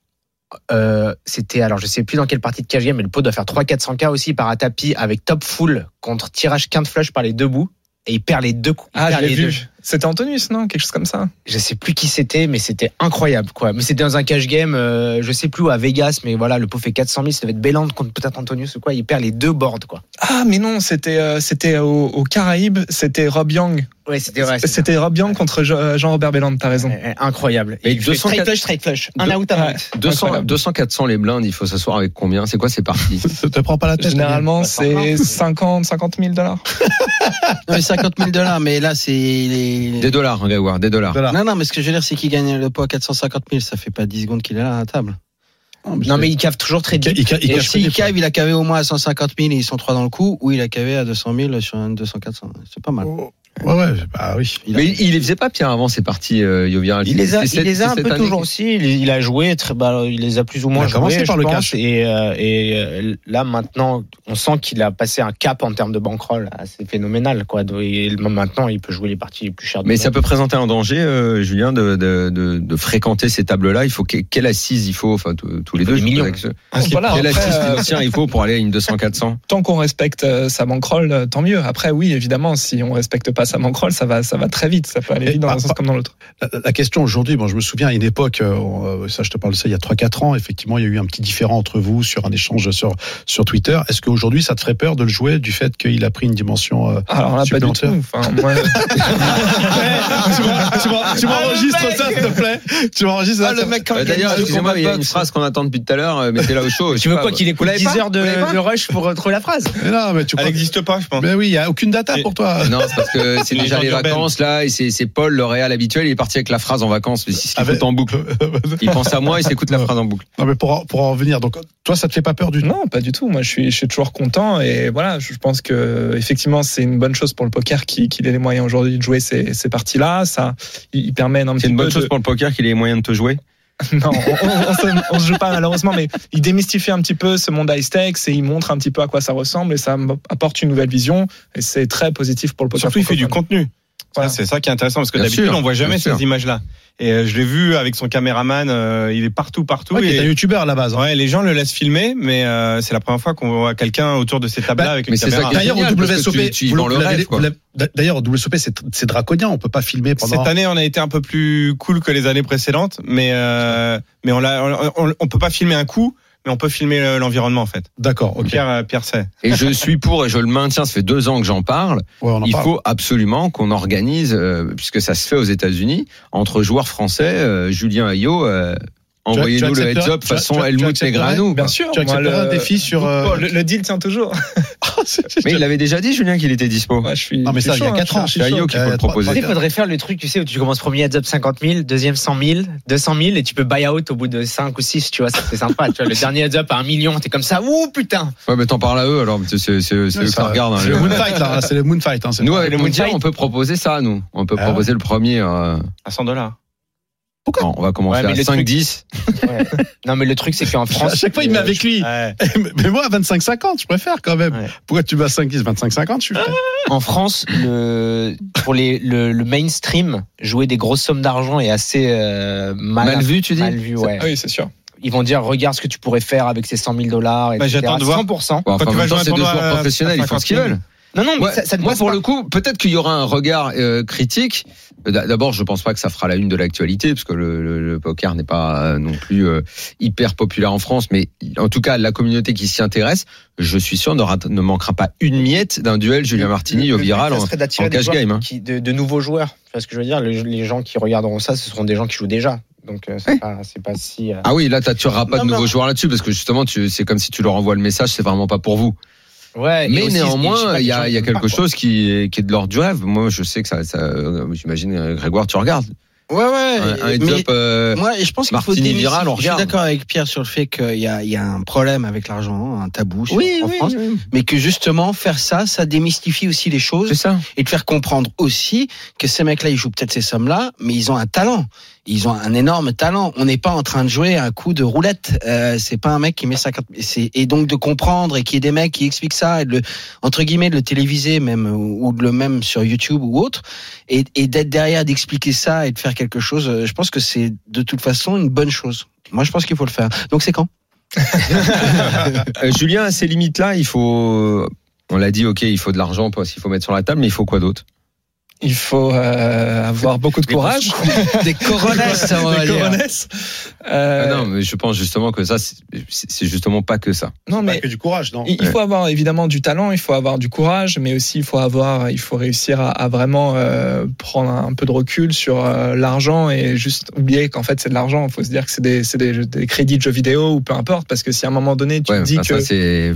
C: euh, c'était alors je sais plus dans quelle partie de cage game, mais le pot doit faire 3-400k aussi par à tapis avec top full contre tirage quinte flush par les deux bouts et il perd les deux coups. il
F: Ah, je
C: perd
F: l'ai
C: les deux.
F: vu. C'était Antonius, non Quelque chose comme ça.
C: je sais plus qui c'était, mais c'était incroyable, quoi. Mais c'était dans un cash game, euh, je sais plus où, à Vegas, mais voilà, le pot fait 400 000, ça devait être Belland contre peut-être Antonius ou quoi. Il perd les deux boards, quoi.
F: Ah, mais non, c'était euh, c'était aux au Caraïbes. C'était Rob Young.
C: Ouais, c'était vrai. c'est
F: C'était Rob Young contre Je- Jean-Robert Belland, t'as raison.
C: ça. Ouais, ouais, Euh, Incroyable.
A: Mais
C: Et il fait
A: 200
C: straight flush, straight flush. Un
F: Deux-
C: out, un
F: Ouais.
C: out.
A: 200,
F: Incroyable.
A: 200, 400 les blindes, il faut s'asseoir avec combien C'est quoi ces parties
B: Ne te prends pas la tête.
F: Généralement, c'est
C: Daniel.
F: 50, 50 000 dollars.
E: Non, mais 50 000 dollars mais là c'est les-
A: Des dollars, on va voir, des dollars.
B: Voilà.
E: Non non mais ce que je veux dire c'est qu'il gagne le poids 450 000 ça fait pas 10 secondes qu'il est là à la table.
C: Non, mais il cave toujours très
B: il,
C: deep.
B: il, il
E: Et
B: cache
E: s'il
B: pas
E: cave, il a cavé au moins à 150 000 et ils sont trois dans le coup, ou il a cavé à 200 000 sur un 200 400. C'est pas mal.
B: Ouais, ouais, bah oui. Il a-
A: Mais il, il les faisait pas Pierre avant, c'est parti, euh, Jovier.
C: Il les a,
A: C'est
C: il les a
A: cette-
C: un
A: c'est
C: peu
A: cette
C: toujours
A: année.
C: aussi. Il, il a joué, très, bah, il les a plus ou moins
B: Il a
C: joués,
B: commencé par
C: je
B: le
C: pense.
B: cash.
C: Et, euh, et, euh, là, maintenant, on sent qu'il a passé un cap en termes de bankroll assez phénoménal. Quoi. Et maintenant, il peut jouer les parties les plus chères. du
A: Mais
C: monde.
A: ça peut présenter un danger, euh, Julien, de, de, de, de fréquenter ces tables-là. Il faut que- quelle assise il faut, enfin tous tous les
C: faut
A: deux.
C: des
A: je
C: millions.
A: suppose,
C: Ah,
A: avec ce-
F: Donc voilà,
A: Quelle
F: après,
A: assise
F: euh,
A: financière il faut pour aller à une 200-400
F: tant qu'on respecte euh, sa bankroll, euh, tant mieux. Après, oui, évidemment, si on respecte pas sa bankroll, ça va, ça va très vite. Ça peut aller
B: Et
F: vite dans
B: par-
F: un sens comme dans l'autre.
B: La, la question aujourd'hui, bon, je me souviens à une époque, euh, on- euh, ça je te parle de ça il y a 3-4 ans, effectivement, il y a eu un petit différent entre vous sur un échange sur, sur Twitter. Est-ce qu'aujourd'hui, ça te ferait peur de le jouer du fait qu'il a pris une dimension. euh,
F: Alors là, pas du tout.
B: Supplémentaire.
F: Enfin, moi,
B: Ah, tu m'en- tu m'en- tu m'enregistres ça, s'il te plaît Tu m'enregistres ça
C: Ah,
B: s'il
C: le
B: te
C: mec, quand
A: Euh,
C: il
A: D'ailleurs,
C: gagne deux
A: excusez-moi,
C: combats
A: il
C: de
A: y a une
C: boxe.
A: phrase qu'on attend depuis tout à l'heure, euh, mettez-la au chaud.
C: Tu veux quoi qu'il écoute
A: l'avez
C: 10
A: pas
C: heures de,
A: Vous l'avez pas
C: de rush pour retrouver la phrase
B: plaît Mais non, mais tu
D: Elle
B: crois-
D: n'existe pas, je pense.
B: Mais oui, il n'y a aucune data
D: Et-
B: pour toi.
A: Non, c'est parce que c'est
D: Les
A: déjà
D: gens
A: les
D: urbaines.
A: vacances là, et c'est c'est Paul, le réal habituel, il est parti avec la phrase en vacances, mais c'est ce qu'il
B: Avec-
A: écoute en boucle. Il pense à moi, il s'écoute la phrase en boucle.
B: Non, mais pour en, pour en revenir, donc toi, ça te fait pas peur du tout
F: non, pas du tout. Moi, je suis, je suis toujours content. Et voilà, je pense que effectivement, c'est une bonne chose pour le poker qu'il qu'il ait les moyens aujourd'hui de jouer ces, ces parties-là. Ça, il il permet un
A: C'est
F: petit
A: une
F: peu
A: bonne
F: de-
A: chose pour le poker qu'il ait les moyens de te jouer.
F: Non, on, on- on se, on se joue pas malheureusement, mais il démystifie un petit peu ce monde high stakes et il montre un petit peu à quoi ça ressemble et ça m- apporte une nouvelle vision et c'est très positif pour le poker.
D: Surtout, il fait du
F: francophone.
D: contenu.
F: Voilà.
D: Ça, C'est ça qui est intéressant parce que
A: Bien
D: d'habitude,
A: sûr,
D: on voit jamais
A: bien
D: ces
A: sûr.
D: images-là. Et euh, je l'ai vu avec son caméraman, euh, il est partout, partout.
B: Ouais, qui est un
D: et,
B: youtubeur à la base. hein.
D: ouais, les gens le laissent filmer, mais euh, c'est la première fois qu'on voit quelqu'un autour de ces tables-là
B: Bah,
D: avec
A: mais
D: une
A: c'est ça
D: caméra.
A: qui est-
B: D'ailleurs, au
A: génial, parce que
B: WSOP,
A: tu- tu y
B: vous
A: vends le
B: l'avez-
A: rêve,
B: vous
A: quoi.
B: l'avez- d'ailleurs, au WSOP, c'est c'est draconien. On peut pas filmer pendant.
D: Cette année, on a été un peu plus cool que les années précédentes, mais euh, mais on, l'a- on, on- on peut pas filmer un coup, mais on peut filmer euh, l'environnement en fait.
B: D'accord, ok.
D: Pierre, euh, Pierre sait.
A: Et je suis pour, et je le maintiens, ça fait deux ans que j'en parle.
B: Ouais, on en
A: il
B: parle.
A: faut absolument qu'on organise, euh, puisque ça se fait aux États-Unis, entre joueurs français, euh, Julien Ayot, euh,
B: tu
A: envoyez-nous le
B: accepteras-
A: heads up
B: tu-
A: façon
B: tu- tu
A: Helmut
B: accepteras-
A: Negranou.
F: Bien sûr,
B: Tu
F: moi,
B: accepteras un défi sur. euh, Oh,
F: Oh, le, le deal tient toujours.
A: Mais il l'avait déjà dit, Julien, qu'il était dispo.
F: Moi, je suis,
B: Non, mais
F: je suis
B: ça, il y a
F: chaud, hein.
B: 4 ans.
A: c'est Ayot qui peut
B: Euh,
A: le
B: trois-
A: proposer.
B: trois-
C: Il faudrait faire le truc, tu sais, où tu commences premier heads up 50 000, deuxième 100 000, 200 000, et tu peux buy out au bout de 5 ou 6, tu vois, ça c'est sympa. tu vois, le dernier heads up à 1 million, t'es comme ça, ouh putain
A: Ouais, mais t'en parles à eux, alors, c'est c'est- c'est- c'est eux
B: Ouais,
A: qui
B: ça-
A: regardent. hein,
B: C'est
A: les-
B: le Moonfight, là. hein, C'est le Moonfight. hein, c'est-
A: Nous, avec
C: Le
A: le Mondial,
C: Moonlight.
A: on peut proposer ça, nous. On peut
B: Ah ouais.
A: proposer le premier. euh,
D: À 100 dollars.
A: non, on va commencer
C: Ouais, mais
A: à
C: le
A: 5-10.
C: Non, mais le truc, c'est qu'en France. euh,
B: À chaque fois, il me met avec lui. Mais moi, à 25-50, je préfère quand même.
C: Ouais.
B: Pourquoi tu vas 5-10, 25-50, je suis prêt.
C: En France, le, pour les, le, le mainstream, jouer des grosses sommes d'argent est assez euh, mal,
A: Mal vu, tu dis
C: mal vu, ouais.
F: Ah oui, c'est sûr.
C: Ils vont dire, regarde ce que tu pourrais faire avec ces 100 000 dollars,
D: Bah,
C: etc.
D: j'attends de voir.
C: 100%.
A: Bon, enfin,
D: Quand
A: en
D: tu vas
A: même temps,
D: jouer un
A: c'est deux
D: tournoi
A: joueurs
D: à
A: professionnels, ils font ce qu'ils
D: 50 000.
A: veulent.
C: Non, non, mais
A: Ouais,
C: ça, ça ne
A: moi,
C: passe
A: pour
C: pas.
A: le coup, peut-être qu'il y aura un regard euh, critique. Euh, d'a- D'abord, je pense pas que ça fera la une de l'actualité, parce que le, le- le poker n'est pas euh, non plus euh, hyper populaire en France, mais en tout cas, la communauté qui s'y intéresse, je suis sûr, n'aura- ne manquera pas une miette d'un duel Julien Martini au
C: Le but,
A: viral.
C: ça
A: en-
C: serait d'attirer des
A: cash
C: joueurs
A: game, hein.
C: qui- de, de nouveaux joueurs. Tu vois ce que je veux dire les, les gens qui regarderont ça, ce seront des gens qui jouent déjà. Donc, euh, c'est pas, c'est pas si. euh,
A: Ah oui, là, t'attireras pas
C: Non,
A: de
C: mais-
A: nouveaux joueurs là-dessus, parce que justement, tu- c'est comme si tu leur envoies le message, c'est vraiment pas pour vous.
C: Ouais, et
A: Mais
C: aussi, je sais
A: néanmoins,
C: pas,
A: il y
C: les gens
A: a, il y a
C: qui
A: quelque
C: aiment pas,
A: chose qui est, qui est de l'ordre du rêve. Moi, je sais que ça, ça euh, j'imagine, euh, Grégoire, tu regardes.
E: Ouais, ouais.
A: Un, un heads
E: mais-
A: up, euh,
E: Moi, je pense qu'il faut
A: Martini
E: démystifier.
A: viral, on
E: Je suis
A: regarde.
E: d'accord avec Pierre sur le fait qu'il y a, il y a un problème avec l'argent, un tabou sur- en France, mais que justement faire ça, ça démystifie aussi les choses
A: c'est ça.
E: et de faire comprendre aussi que ces mecs-là, ils jouent peut-être ces sommes-là, mais ils ont un talent. Ils ont un énorme talent. On n'est pas en train de jouer un coup de roulette. Euh, c'est pas un mec qui met 50. et c'est- Et donc de comprendre et qu'il y ait des mecs qui expliquent ça, et de le, entre guillemets, de le téléviser même ou ou de le même sur YouTube ou autre, et, et d'être derrière, d'expliquer ça et de faire quelque chose. euh, Je pense que c'est de toute façon une bonne chose. Moi, je pense qu'il faut le faire. Donc c'est quand
A: Euh, Julien, à ces limites-là, il faut. On l'a dit, ok, il faut de l'argent, parce qu'il faut mettre sur la table, mais il faut quoi d'autre
F: Il faut euh, avoir beaucoup de courage.
E: Des coronesses, on va
F: Des
E: dire.
F: coronesses. Euh,
A: Ah Non, mais je pense justement que ça, c'est c'est justement pas que ça.
F: non, mais
B: Pas que du courage, non
F: Il il faut avoir évidemment du talent, il faut avoir du courage, mais aussi il faut avoir, il faut réussir à, à vraiment euh, prendre un peu de recul sur euh, l'argent et juste oublier qu'en fait c'est de l'argent. Il faut se dire que c'est des, c'est des, des crédits de jeux vidéo ou peu importe, parce que si à un moment donné tu
A: Ouais,
F: te dis
A: enfin, ça,
F: que
A: c'est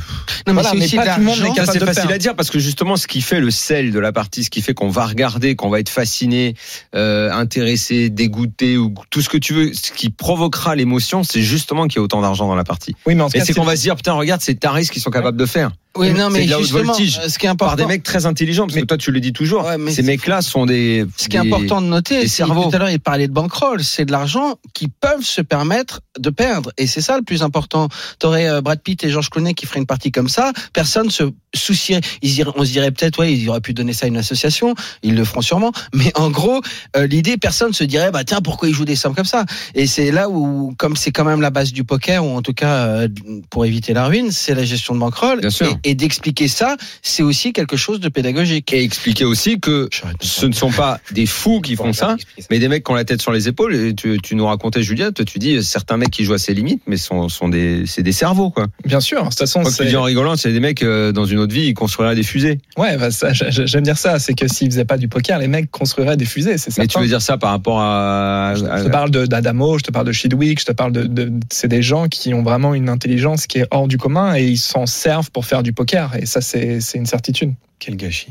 E: Non, mais
F: Voilà,
E: c'est
F: mais
E: aussi
F: pas
E: de
F: tout le monde est
E: l'argent.
F: capable
A: Ça, c'est
F: de le
A: facile
F: faire.
A: à dire parce que justement, ce qui fait le sel de la partie, ce qui fait qu'on va regarder, qu'on va être fasciné, euh, intéressé, dégoûté ou tout ce que tu veux, ce qui provoquera l'émotion, c'est justement qu'il y a autant d'argent dans la partie.
F: oui, mais en tout
A: Et
F: cas,
A: c'est
F: si-
A: qu'on va se dire putain, regarde ces tarés ce qu'ils sont capables de faire.
E: Oui, non,
A: c'est
E: mais
A: de la haute
E: justement,
A: voltige.
E: euh, ce qui est
A: par des
E: important,
A: mecs très intelligents. Parce
E: Mais-
A: que toi, tu le dis toujours.
E: Ouais, mais
A: ces
E: c'est-
A: mecs-là sont des.
E: ce qui est
A: des-
E: important de noter,
A: des
E: c'est
A: cerveaux.
E: tout à l'heure il parlait de bankroll, c'est de l'argent qu'ils peuvent se permettre de perdre, et c'est ça le plus important. T'aurais euh, Brad Pitt et George Clooney qui feraient une partie comme ça, personne se soucierait. Ils diraient- on se dirait peut-être, ouais, ils auraient pu donner ça à une association, ils le feront sûrement, mais en gros, euh, l'idée, personne se dirait, bah tiens, pourquoi ils jouent des sommes comme ça Et c'est là où, comme c'est quand même la base du poker, ou en tout cas euh, pour éviter la ruine, c'est la gestion de bankroll,
A: Bien sûr.
E: et, et d'expliquer ça, c'est aussi quelque chose de pédagogique.
A: Et expliquer aussi que
E: J'arrête de
A: ce ne sont pas des fous qui font ça, mais des mecs qui ont la tête sur les épaules. Et tu, tu nous racontais, Julien, toi, tu dis euh, certains mecs qui jouent à ses limites, mais sont, sont des, c'est des cerveaux, quoi.
F: Bien sûr, de toute façon,
A: Moi, tu
F: c'est-
A: dis en rigolant, c'est des mecs euh, dans une autre vie, ils construiraient des fusées.
F: Ouais, bah, ça, j'a- j'a- j'aime dire ça, c'est que s'ils faisaient pas du poker, les mecs construiraient des fusées, c'est
A: Mais
F: certain.
A: tu veux dire ça par rapport à. à-
F: Je te parle de- d'Adamo, je te parle de Chidwick, je te parle de, de- c'est des gens qui ont vraiment une intelligence qui est hors du commun et ils s'en servent pour faire du poker et ça c'est c'est une certitude.
B: Quel gâchis.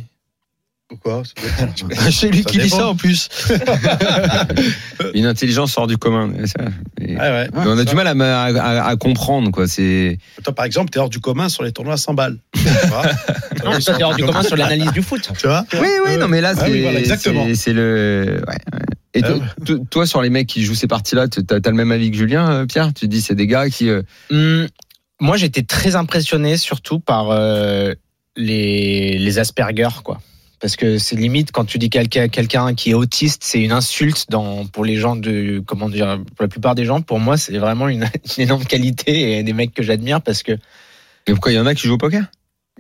B: Pourquoi
E: C'est lui
B: Ça
E: qui dit
B: dépend.
E: ça en plus.
A: une intelligence hors du commun. Et ça, et-
B: Ouais, ouais.
A: Mais on a du mal à, ma- à- à comprendre, quoi. C'est.
B: Toi, par exemple, t'es hors du commun sur les tournois à 100 balles. Tu vois
C: Non, mais ça, t'es hors du commun sur l'analyse du foot.
B: Tu vois
A: Oui, oui,
B: Ouais.
A: non, mais là,
B: Ah
A: c'est
B: oui, voilà, exactement.
A: c'est- c'est le. ouais, ouais. Et
B: Euh,
A: toi, to- toi, sur les mecs qui jouent ces parties-là, tu- t'as t'as le même avis que Julien, euh, Pierre Tu te dis, c'est des gars qui. euh,
C: Hum, moi, j'étais très impressionné surtout par euh, les, les Asperger, quoi. Parce que c'est limite quand tu dis quelqu'un quelqu'un qui est autiste, c'est une insulte dans, pour les gens de comment dire pour la plupart des gens. Pour moi, c'est vraiment une, une énorme qualité et des mecs que j'admire parce que
A: Mais pourquoi il y en a qui jouent au poker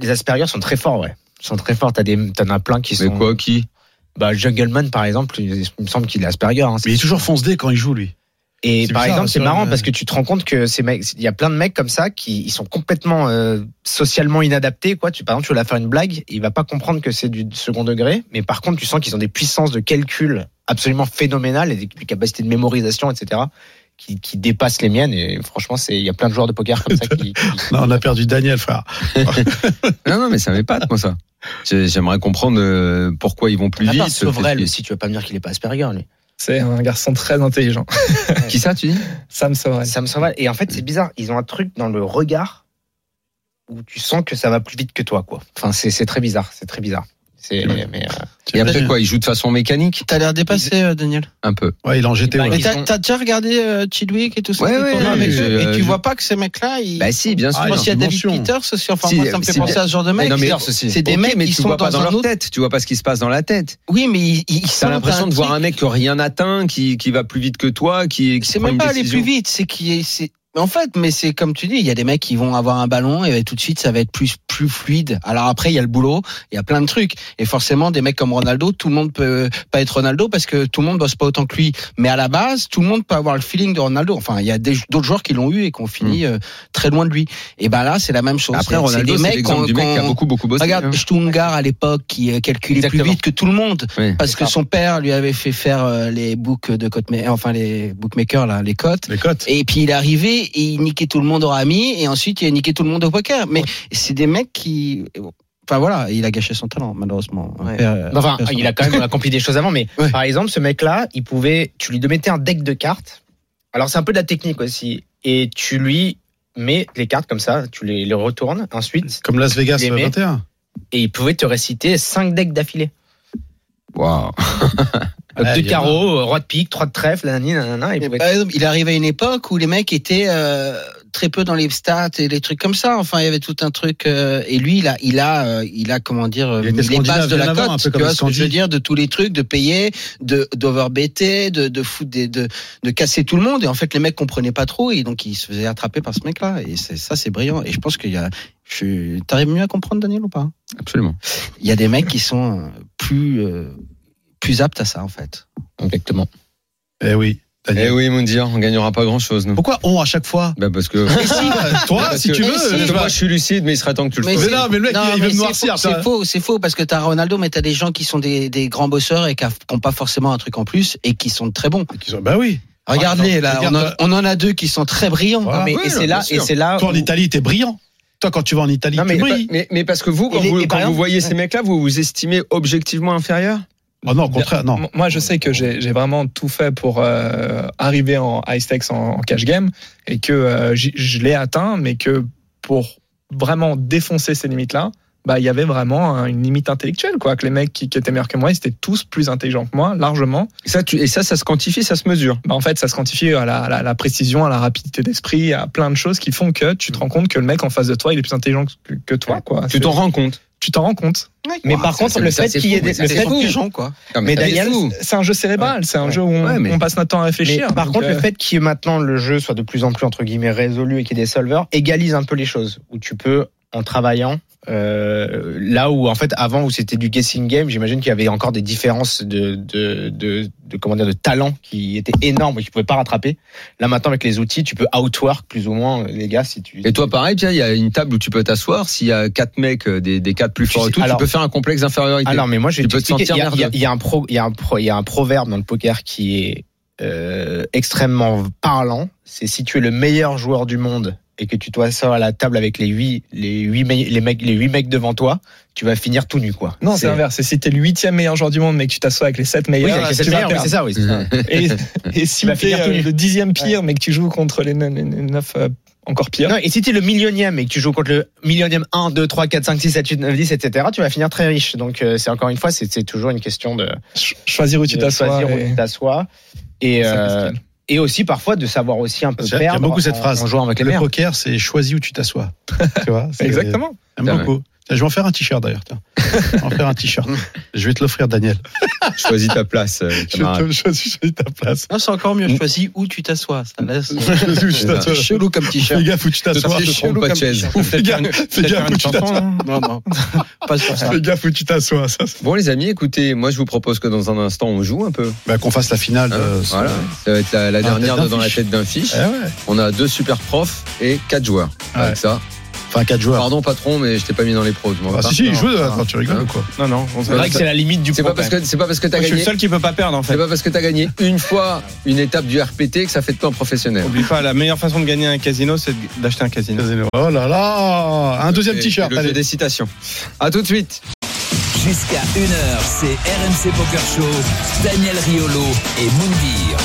C: les Asperger sont très forts, ouais. Ils Sont très forts. T'as des t'en as plein qui
A: Mais
C: sont.
A: quoi, qui
C: Bah, Jungleman par exemple, il il me semble qu'il est Asperger. hein.
B: Mais il est toujours foncedé quand il joue, lui.
C: Et
B: C'est
C: par
B: bizarre,
C: exemple, c'est
B: sur
C: marrant
B: une-
C: parce que tu te rends compte que ces mecs, il y a plein de mecs comme ça qui ils sont complètement euh, socialement inadaptés. Quoi. Tu, par exemple, tu vas leur faire une blague, il va pas comprendre que c'est du second degré, mais par contre, tu sens qu'ils ont des puissances de calcul absolument phénoménales et des capacités de mémorisation, etc., qui, qui dépassent les miennes. Et franchement, c'est il y a plein de joueurs de poker comme ça qui. qui-
B: Non, on a perdu Daniel, frère.
A: Non, non, mais ça m'épate, moi, ça. J'ai- J'aimerais comprendre euh, pourquoi ils vont plus
C: À
A: vite.
C: part Sauvrel,
A: qu'est-ce
C: si tu vas pas me dire qu'il est pas Asperger, lui.
F: C'est un garçon très intelligent.
A: qui- Qui ça, tu dis
F: Sam Sorel.
C: Ça me semble. Et en fait, c'est bizarre. Ils ont un truc dans le regard où tu sens que ça va plus vite que toi, quoi. Enfin, c'est c'est très bizarre. C'est très bizarre. C'est mais, euh,
A: Et après quoi Ils jouent de façon mécanique
E: T'as l'air dépassé, euh, Daniel.
A: Un peu.
B: Ouais, il est en GTO. là.
C: paraît
E: Mais
C: Ils
E: t'as
C: sont-
E: t'as déjà regardé euh, Chidwick et tout ça
A: Ouais,
E: les
A: ouais,
E: tournois
A: ouais,
E: avec
A: mais
E: eux
A: je-
E: Et tu
A: je-
E: vois pas que ces mecs-là, ils.
A: Bah, si, bien sûr.
B: Ah, il
E: Moi,
B: y a
E: s'il y a
B: une
E: David
B: dimension.
E: Peters aussi, enfin,
A: Si,
E: moi, ça me fait
A: si,
E: penser à ce genre de
A: Mais
E: Ah, mec.
A: non, mais-
E: c'est des
A: Ok,
E: mecs
A: mais
E: qui
A: tu
E: sont
A: vois pas dans
E: dans un
A: leur
E: autre-
A: tête, tu vois pas ce qui se passe dans la tête.
E: Oui, mais ils, ils
A: T'as
E: sentent
A: l'impression de voir un
E: truc.
A: mec que rien n'atteint, qui, qui va plus vite que toi, qui, qui
E: C'est
A: prend
E: même
A: une
E: pas aller
A: décision.
E: plus vite, c'est qui est. c'est- En fait, mais c'est comme tu dis, il y a des mecs qui vont avoir un ballon et tout de suite ça va être plus plus fluide. Alors après, il y a le boulot, il y a plein de trucs et forcément des mecs comme Ronaldo, tout le monde peut pas être Ronaldo parce que tout le monde bosse pas autant que lui. Mais à la base, tout le monde peut avoir le feeling de Ronaldo. Enfin, il y a des- d'autres joueurs qui l'ont eu et qui ont fini euh, très loin de lui. Et ben là, c'est la même chose.
A: Mm. Après,
E: C'est-
A: Ronaldo, c'est l'exemple
E: qu'on-
A: du mec qui a
E: qu'on-
A: beaucoup, beaucoup bossé. hein.
E: Regarde, Stungar à l'époque qui euh, calculait plus
C: Exactement.
E: vite que tout le monde
A: Oui.
E: parce que son père lui avait fait faire euh, les books de cotes, mais- enfin les bookmakers là, les cotes.
B: Les cotes.
E: Et puis il est arrivé et il niquait tout le monde au rami et ensuite il a niqué tout le monde au poker. Mais c'est des mecs qui, enfin voilà, il a gâché son talent malheureusement.
C: Ouais.
E: Père, euh,
C: Enfin,
E: père, son-
C: il a quand même accompli des choses avant, mais
E: Ouais.
C: par exemple, ce mec-là, il pouvait, tu lui mettais un deck de cartes. Alors, c'est un peu de la technique aussi. Et tu lui mets les cartes comme ça, tu les, les retournes ensuite,
B: Comme Las Vegas euh,
C: Les mecs.
B: 21.
C: et il pouvait te réciter 5 decks d'affilée.
A: Waouh.
C: Donc,
B: Ouais,
C: deux
B: il y en a.
C: carreaux, euh, roi de pique, trois de trèfle, nanani, nanana, il
E: Et
C: pouvait-
E: par exemple, il arrive à une époque où les mecs étaient euh, très peu dans les stats et les trucs comme ça. Enfin, il y avait tout un truc. euh, et lui, il a, il a, euh, il a comment dire, euh,
B: Il était
E: mis les
B: scandinave
E: bases de
B: bien
E: la
B: avant, un
E: cote.
B: peu
E: Tu
B: comme
E: vois
B: le
E: ce que je veux
B: Scandi.
E: dire de tous les trucs, de payer, de d'overbetter, de de foutre des, de de casser tout le monde. Et en fait, les mecs comprenaient pas trop et donc ils se faisaient attraper par ce mec-là. Et c'est ça, c'est brillant. Et je pense qu'il y a, je, t'arrives mieux à comprendre Daniel ou pas
A: Absolument.
E: Il y a des mecs qui sont euh, plus euh, plus aptes à ça en fait.
C: Exactement.
B: Eh oui,
A: Eh
B: Daniel.
A: oui, mon dieu, on gagnera pas grand chose, nous.
B: Pourquoi on à chaque fois
A: Bah, parce que. Bah,
B: Ah, Toi,
A: Parce
B: si
A: que-
B: tu veux.
A: parce
B: je
A: que
B: vais-
A: moi, je suis lucide, mais il serait temps que tu le
E: Mais
A: fasses.
B: Mais non, mais le mec, il- il
E: mais
B: veut me
E: c'est
B: noircir,
E: faux,
B: ça.
E: C'est faux, c'est faux, parce que t'as Ronaldo, mais t'as des gens qui sont des, des grands bosseurs et qui n'ont pas forcément un truc en plus et qui sont très bons.
B: Qu'ils ont- Bah oui.
E: Regardez, là,
B: regarde,
E: on, en- on en a deux qui sont très brillants.
B: Voilà.
E: Non, mais-
C: et
A: oui,
C: c'est là,
A: bien sûr.
C: et c'est là.
B: Toi, en
C: où-
B: Italie, t'es brillant. Toi, quand tu vas en Italie,
A: Non, mais,
B: tu
A: pas-
B: brilles.
A: mais, mais parce que vous, quand,
C: Et les-
A: vous,
C: et
A: quand
C: par
A: vous
C: exemple-
A: voyez ces mecs-là, vous vous estimez objectivement inférieur
B: Oh non, au contraire, non.
F: M- Moi, je sais que j'ai j'ai vraiment tout fait pour euh, arriver en high stakes en, en cash game et que euh, j'y- je l'ai atteint, mais que pour vraiment défoncer ces limites-là, bah, il y avait vraiment hein, une limite intellectuelle, quoi. Que les mecs qui, qui étaient meilleurs que moi, ils étaient tous plus intelligents que moi, largement.
A: Et ça, tu- et ça, ça se quantifie, ça se mesure.
F: Bah, en fait, ça se quantifie à la, à la- à la précision, à la rapidité d'esprit, à plein de choses qui font que tu te rends compte que le mec en face de toi, il est plus intelligent que, que toi, quoi.
A: Tu
F: C'est-
A: t'en rends compte.
F: tu t'en rends compte.
C: Mais
A: Ouah,
C: par
A: ça,
C: contre,
A: c'est-
C: le
A: ça,
C: fait
A: c'est
C: qu'il y ait
A: fou, mais
C: des.
A: ça,
C: le
A: c'est
C: fait
A: fou.
C: que-
E: quoi.
A: Non,
C: Mais
A: t'as
C: Daniel,
A: des sous.
F: C'est un jeu cérébral, c'est un
A: Ouais.
F: jeu où on,
A: Ouais, mais-
F: on passe notre temps à
C: Mais
F: réfléchir.
C: par
F: Donc,
C: contre,
F: euh,
C: le fait qu'il y ait maintenant le jeu soit de plus en plus entre guillemets résolu et qu'il y ait des solvers égalise un peu les choses où tu peux en travaillant euh, là où en fait avant où c'était du guessing game, j'imagine qu'il y avait encore des différences de de, de, de comment dire de talent qui étaient énormes et qui pouvaient pas rattraper. Là maintenant avec les outils, tu peux outwork plus ou moins les gars si tu.
A: Et toi, pareil, Pierre, il y a une table où tu peux t'asseoir. S'il y a quatre mecs, euh, des, des quatre plus
C: Tu
A: forts
C: sais-
A: et tout,
C: alors-
A: tu peux faire un complexe d'infériorité.
C: Alors, mais moi, je vais
A: Ah, Tu peux te
C: t'expliquer. Il y a-
A: sentir
C: il y a-
A: nerveux.
C: il y a un pro- il y a un pro- il y a un proverbe dans le poker qui est euh, extrêmement parlant. C'est si tu es le meilleur joueur du monde et que tu t'assois à la table avec les huit, les huit, me- les mecs, les huit mecs devant toi, tu vas finir tout nu, quoi.
F: Non, c'est Ah, l'inverse. C'est si t'es le huitième meilleur joueur du monde, mais que tu t'assois avec les sept
C: Oui,
F: meilleurs,
C: avec les
F: tu
C: sept
F: vas
C: meilleurs, oui,
F: perdre.
C: c'est ça, oui. c'est
A: Mhm.
C: ça.
F: Et, et si
C: Tu vas
F: t'es
C: finir tout
F: euh,
C: nu.
F: le dixième pire, mais que tu joues contre les neuf- les neuf euh, encore pires,
C: Non, et si tu es le millionième et que tu joues contre le millionième 1, 2, 3, 4, 5, 6, 7, 8, 9, 10, etc., tu vas finir très riche. Donc, euh, c'est encore une fois, c'est c'est toujours une question de,
F: ch- choisir où tu
C: de
F: t'assois.
C: Euh, choisir où
F: et-
C: tu t'assois. Et,
F: Ça, c'est
C: euh,
F: skill.
C: et aussi parfois de savoir aussi un peu
B: Il y a- il y a
C: perdre
B: beaucoup cette
C: en-
B: phrase.
C: en jouant avec les
B: Le
C: meilleurs.
B: poker, c'est choisi où tu t'assois. tu vois, c'est-
F: Exactement.
B: J'aime
A: Putain,
B: beaucoup. Tiens, Je vais en faire un t-shirt d'ailleurs. tiens. Je vais en faire un t-shirt. Je vais te l'offrir, Daniel.
A: Choisis ta place, euh,
B: Je
A: camarade.
B: te choisis choisis ta place.
E: Non, c'est encore mieux. Choisis où tu t'assois. Ça laisse.
B: Choisis où tu t'assois.
E: C'est chelou comme
B: Fais
E: t-shirt.
B: gaffe où tu t'assois.
A: C'est chelou
B: Fais
A: comme t-shirt.
B: gaffe- fais gaffe où tu t'assois.
C: hein.
E: Non, non. Pas sur ça.
B: Fais gaffe où tu t'assois. ça, c'est-
A: Bon, les amis, écoutez, moi, je vous propose que dans un instant, on joue un peu.
B: Bah, Qu'on fasse la finale.
A: hein.
B: euh,
A: voilà. Ça va être la, la
B: dans la
A: dernière
B: tête d'un
A: devant la
B: fiche.
A: tête d'un fiche.
B: Eh ouais.
A: On a deux super profs et quatre joueurs.
B: Ouais.
A: Avec ça.
B: Enfin, 4 joueurs.
A: Pardon, patron, mais je t'ai pas mis dans les pros. je m'en
B: Ah,
A: veux pas.
B: si, si, il joue.
A: Non.
B: Attends, tu rigoles
A: Hein
B: ou quoi
D: Non, non, on se
C: C'est vrai que c'est la limite du
A: C'est
C: pro,
A: pas parce
C: quand même.
A: que c'est pas parce que t'as
D: Moi, je suis le
A: gagné.
D: seul qui peut pas perdre en
A: C'est
D: fait.
A: pas parce que t'as gagné une fois une étape du RPT que ça fait de toi un professionnel.
D: N'oublie pas, la meilleure façon de gagner un casino, c'est d'acheter un casino.
B: Oh là là Un deuxième
A: Et-
B: t-shirt.
A: et Hein le jeu
B: allez.
A: des citations. À tout de suite.
G: Jusqu'à 1h, c'est RMC Poker Show. Daniel Riolo et Moundir.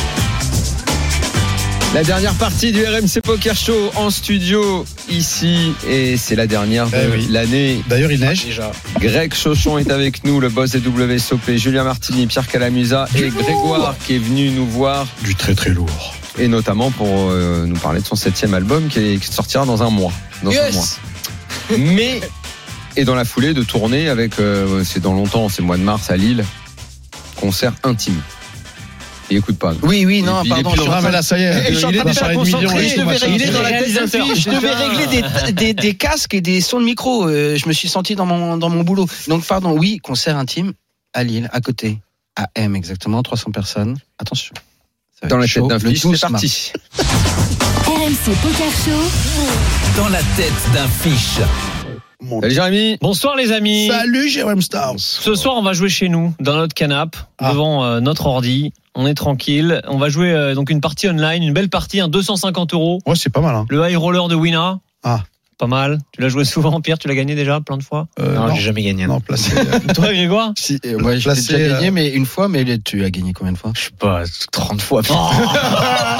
A: La dernière partie du RMC Poker Show en studio ici et c'est la dernière de
B: Eh oui.
A: l'année.
B: D'ailleurs, il neige.
A: Greg Chauchon est avec nous, le boss des WSOP, Julien Martini, Pierre Calamusa et Grégoire qui est venu nous voir
B: Du très très lourd.
A: et notamment pour euh, nous parler de son septième album qui, est- qui sortira dans un mois. Dans un mois. Mais et dans la foulée de tourner avec euh, c'est dans longtemps, c'est mois de mars à Lille, concert intime. Et écoute pas.
E: Oui, oui, non,
A: Il est
E: pardon.
A: plus
E: je suis en
B: Ah,
E: train
B: mais
E: de-
B: là, ça y est.
E: Et je suis en train de
B: va
E: faire
B: parler de
E: concentrer,
B: millions et
E: je
B: tout,
E: devais
B: machin.
E: régler dans la tête
A: d'un fiche.
E: Je devais régler des, des, des casques et des sons de micro. Euh, je me suis senti dans mon, dans mon boulot. Donc, pardon, oui, concert intime à Lille, à côté. À M, exactement, 300 personnes. Attention. Ça va
A: Dans
E: être
A: la
E: chaud.
A: tête d'un
E: Le
A: flic,
E: 12
A: c'est
E: mars.
A: parti.
H: RMC Poker Show,
G: Dans la tête d'un fiche.
B: Mon-
A: Salut Jérémy.
I: Bonsoir les amis.
B: Salut, Jérôme Stars.
I: Ce soir, on va jouer chez nous, dans notre canapé,
B: Ah.
I: devant euh, notre ordi. On est tranquille. On va jouer euh, donc une partie online, une belle partie, un 250 euros.
B: Ouais, c'est pas mal. Hein.
I: Le high roller de Wina.
B: Ah.
I: Pas mal. Tu l'as joué souvent, Pierre. Tu l'as gagné déjà plein de fois.
B: Euh,
C: Non,
B: non,
C: j'ai jamais gagné.
B: non, placé. euh,
I: Toi, Grégoire
E: Si, euh, ouais, j'ai
B: Placé,
E: déjà
B: euh,
E: gagné, mais une fois, mais tu as gagné combien de fois
C: Je sais pas, 30 fois.
I: Ah,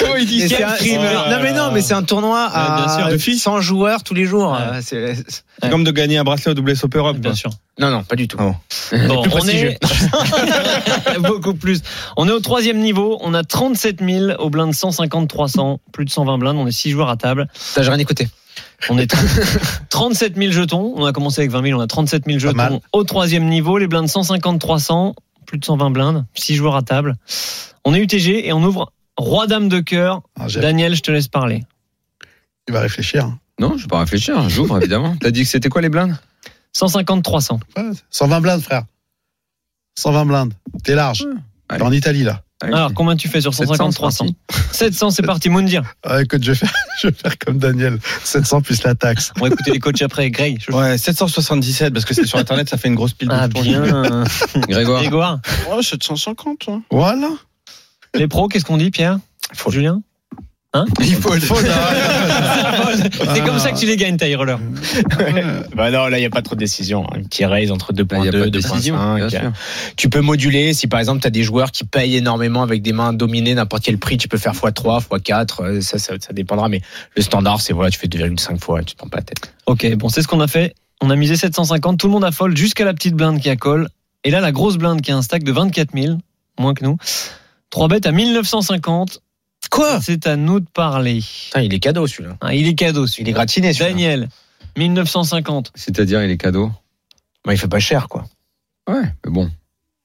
I: comment il dit
C: Et c'est un- euh, non mais non, mais c'est un tournoi
I: Ouais, bien sûr.
C: à
I: De
C: 100 joueurs tous les jours.
I: Ouais.
C: Euh, c'est-
D: C'est comme de gagner un bracelet au WSOP Europe.
I: Bien sûr.
C: Non, non, pas du tout.
B: Oh.
I: Bon,
C: plus
I: on est beaucoup plus. On est au troisième niveau. On a 37 000 au blind 150, 300, plus de 120 blindes. On est six joueurs à table.
C: Ça, j'ai rien écouté.
I: On est 37 000 jetons. On a commencé avec 20 000. On a 37 000
B: mal.
I: jetons au troisième niveau. Les blindes 150, 300, plus de 120 blindes, 6 joueurs à table. On est UTG et on ouvre Roi Dame de cœur.
B: ah, j'ai-
I: Daniel, je te laisse parler.
B: Il va réfléchir. hein.
A: Non, je vais pas réfléchir, j'ouvre évidemment. T'as dit que c'était quoi les blindes
I: 150, 300.
B: Ouais, 120 blindes, frère. 120 blindes. T'es large. T'es
A: allez.
B: en Italie, là.
A: Ah
I: Alors, combien tu fais sur 150, 300 700, c'est parti. Moundir.
B: Ah, écoute, je vais, faire, je vais faire comme Daniel. 700 plus la taxe.
I: On va écouter les coachs après. Greg. je-
D: Ouais, 777 parce que c'est sur internet, ça fait une grosse pile de
I: Ah
D: jetons.
I: bien.
A: Grégoire.
I: Grégoire.
E: Oh, 750.
B: Voilà.
I: Les pros, qu'est-ce qu'on dit, Pierre Julien
E: Hein
B: Il faut le
I: Ah.
E: C'est comme ça que tu les gagnes, taille roller.
C: Bah non, là, il n'y a pas trop de décision. Un petit raise entre
A: Là, y a pas
C: 2.2,
A: de décision, bien
C: 2.5.
A: sûr.
C: euh. Tu peux moduler. Si par exemple, tu as des joueurs qui payent énormément avec des mains dominées, n'importe quel prix, tu peux faire x3, x4. euh, Ça, ça, ça dépendra. Mais le standard, c'est voilà, tu fais 2,5 fois, tu te prends pas la tête.
E: Ok, bon, c'est ce qu'on a fait. On a misé 750, tout le monde affole jusqu'à la petite blinde qui accole. Et là, la grosse blinde qui a un stack de 24 000, moins que nous. 3 bêtes à 1950.
C: Quoi
E: C'est à nous de parler.
C: Putain, il est cadeau celui-là.
I: Hein,
E: Ah, il est
C: Il
E: cadeau
C: est
E: celui-là.
C: gratiné celui-là.
E: Daniel, 1950.
A: C'est-à-dire, il est cadeau.
C: Bah, il fait pas cher quoi.
A: Ouais, mais bon.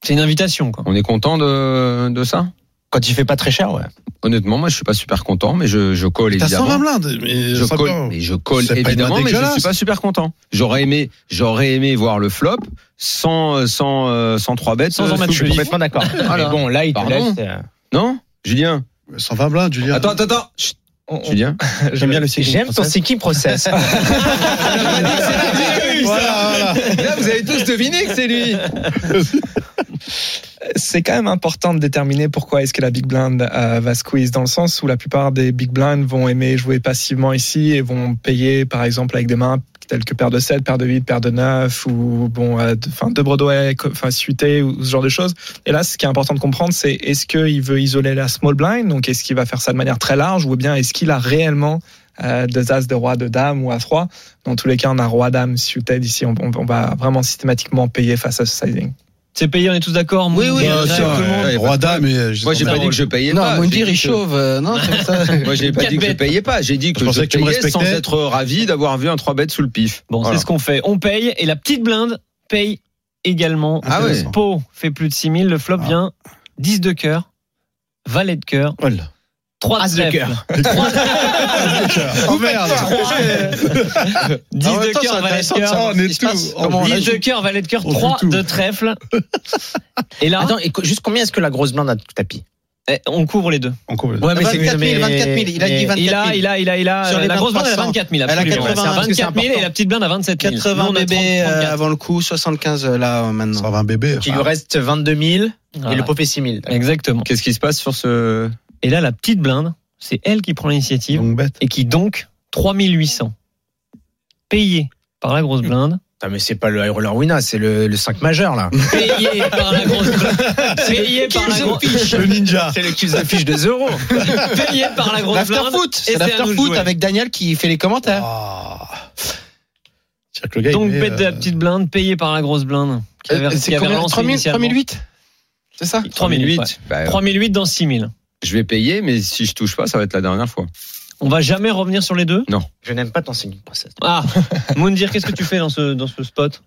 E: C'est une invitation, quoi.
A: On est content de, de ça
C: Quand il fait pas très cher, ouais.
A: Honnêtement, moi, je suis pas super content, mais je, je colle
B: T'as
A: évidemment.
B: 120 blindes. Mais
A: je
B: ça
A: colle,
B: peut-
A: mais je colle
B: C'est pas
A: évidemment,
B: une
A: mais je
B: dégueulasse.
A: suis pas super content. J'aurais aimé, j'aurais aimé voir le flop sans, euh, sans, euh, sans trois bêtes,
E: Sans en
A: euh,
E: match
A: full
E: nul.
A: profit.
C: Complètement d'accord.
A: Voilà.
C: Mais bon, là, il te
A: Pardon
C: laisse. euh,
A: Non, Julien.
B: 120 blindes, Julien.
A: Attends, attends, attends. Chut,
D: On-
B: Oh.
D: on-
A: Julien.
B: Ah,
D: J'aime bien le Ah,
C: J'aime ton sticky process.
B: Voilà, voilà.
A: Là, vous avez tous deviné que c'est lui.
D: c'est quand même important de déterminer pourquoi est-ce que la big blind euh, va squeeze dans le sens où la plupart des big blinds vont aimer jouer passivement ici et vont payer par exemple avec des mains telles que paire de 7, paire de 8, paire de 9 ou bon euh, de- enfin deux Broadway, co- enfin suité ou ce genre de choses. Et là ce qui est important de comprendre c'est est-ce qu'il veut isoler la small blind donc est-ce qu'il va faire ça de manière très large ou bien est-ce qu'il a réellement euh, deux as de roi de dame ou as roi dans tous les cas on a roi dame suited ici on, on- on va vraiment systématiquement payer face à ce sizing
E: C'est payé, on est tous d'accord
J: Oui, oui,
E: Moundir,
J: bien
E: Greg,
J: sûr.
E: tout le monde.
A: Ouais,
B: Roi dame et euh,
A: Moi, j'ai pas dit que je payais
J: Non,
A: pas.
J: Moundir,
A: J'ai
J: il
A: dit que-
J: chauve. euh, Non, comme ça.
A: Moi, j'ai pas
E: Quatre
A: dit que je
E: bêtes.
A: payais pas. J'ai dit que
B: Je
A: je,
B: pensais que tu me
A: payais sans
B: respectais.
A: être ravi d'avoir vu un trois bêtes sous le pif.
E: Bon,
A: Voilà.
E: c'est ce qu'on fait. On paye et la petite blinde paye également.
A: Ah
E: le
A: ouais.
E: pot fait plus de 6000, le flop
B: Ah.
E: vient 10 de cœur, valet de cœur,
B: Voilà.
E: 3
C: As de cœur.
B: 120 merde.
E: 10
B: En même
E: de
B: temps,
E: cœur,
B: c'est
E: valet de
B: intéressant de
E: cœur.
B: savoir ce qui
E: Dix
B: se passe, comment on
E: de
B: agit.
E: cœur, valet de cœur,
B: On joue
E: 3
B: tout.
E: de trèfle. Et là,
C: Attends, et co- juste combien est-ce que la grosse blinde a de tapis
E: eh, on couvre les deux.
B: On couvre.
C: Ouais,
J: 24 000, 24 000, il a dit 24
E: Il a, il a, il a, il a.
J: Sur les
E: la grosse blinde, elle a
J: 2300.
E: 24 000.
J: Elle a
E: absolument.
J: 80,
E: C'est à
J: parce que c'est
E: 24 000 et
J: important.
E: la petite blinde à 27 000.
J: 80
E: Nous, on a
J: bébés
E: 30,
J: euh,
E: 34.
J: avant le coup, 75 euh, là euh, maintenant.
B: 120 bébés.
C: Il lui reste 22 000
E: Voilà.
C: et le pot fait 6 000.
E: Exactement.
A: Qu'est-ce qui se passe sur ce
E: Et là, la petite blinde, c'est elle qui prend l'initiative.
B: ah, Donc bête.
E: et qui donc 3800 payé par la grosse blinde,
C: Putain, mais c'est pas le high roller Wina, c'est le, le 5 majeur là.
E: payé par la grosse blinde, payé par la, gro-
B: Le ninja.
C: C'est le kills de fiche de 2 euros.
E: payé par la grosse blinde.
J: L'afterfoot,
E: et
J: c'est
E: à nous de
J: l'afterfoot
E: jouer.
J: avec Daniel qui fait les commentaires.
B: Ah. C'est-à-dire que le gars, il
E: Donc
B: met,
E: bête de la
B: euh,
E: petite blinde, payé par la grosse blinde. Qui avait,
J: Euh,
E: qui
J: C'est
E: avait
J: combien
E: relancé
J: 3000,
E: initialement.
J: 3008 C'est ça
E: 3008. ouais.
A: Bah,
E: 3008 dans 6000.
A: Je vais payer, mais si je touche pas, ça va être la dernière fois.
E: On va jamais revenir sur les deux.
C: Je n'aime pas ton signe process.
E: Ah, Moundir, qu'est-ce que tu fais dans ce, dans ce spot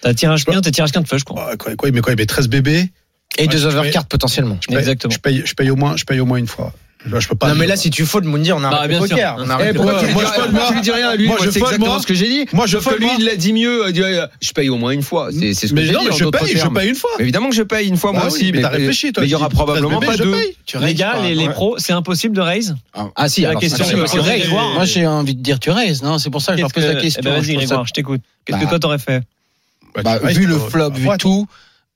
E: T'as tirage qu'un, t'as tirage qu'un de feu, je crois.
B: bah, quoi, quoi, il met quoi Il met 13 bébés.
C: Et
B: Ouais,
C: deux
B: je
C: overcards potentiellement.
B: Je paye-
E: Exactement.
B: Je paye, je paye au moins, je paye au moins une fois. Là, je peux pas.
C: non, mais là, si tu fous de Moundir, on
E: Bah,
C: arrête
E: bien
C: le
E: sûr.
C: poker. On
E: Eh,
C: arrête le
B: pourquoi
C: poker.
B: tu- moi, je folle, moi.
A: tu lui dis rien, lui,
B: Moi,
A: moi,
B: je
A: c'est
B: folle,
A: exactement
B: moi.
A: ce que j'ai dit.
B: Moi, je
A: Sauf que
B: folle,
A: lui,
B: moi.
A: il l'a dit mieux. euh, dit, euh, Je paye au moins une fois. C'est c'est ce que
B: mais
A: j'ai dit.
B: non, mais
A: en
B: je
A: d'autres
B: paye, je
A: termes.
B: paye une fois.
A: Mais Évidemment que je paye une fois, moi
B: Bah oui,
A: aussi.
B: mais t'as réfléchi, toi.
A: mais il y aura
B: Tu dis, t'as
A: probablement
B: bébé,
A: pas
B: je
A: deux.
B: paye.
J: Tu
E: Les
J: raises
E: gars,
J: pas,
E: les,
J: ouais.
E: les pros, c'est impossible de raise.
C: Ah si,
E: La
C: alors,
E: question,
C: c'est
E: c'est
C: parce que-
E: que raise, voir.
J: Moi, j'ai envie de dire tu raises, non C'est pour ça que je leur
E: Qu'est-ce
J: pose la
E: que-
J: question.
E: eh ben,
J: je
E: Vas-y,
J: trouve ça-
E: Grégoire, je t'écoute. Qu'est-ce que
J: Bah,
E: toi t'aurais fait
J: Bah,
B: Ouais,
J: vu
B: tu
J: le
B: peux-
E: Ah,
J: flop,
B: bah,
J: vu
B: ouais.
J: tout,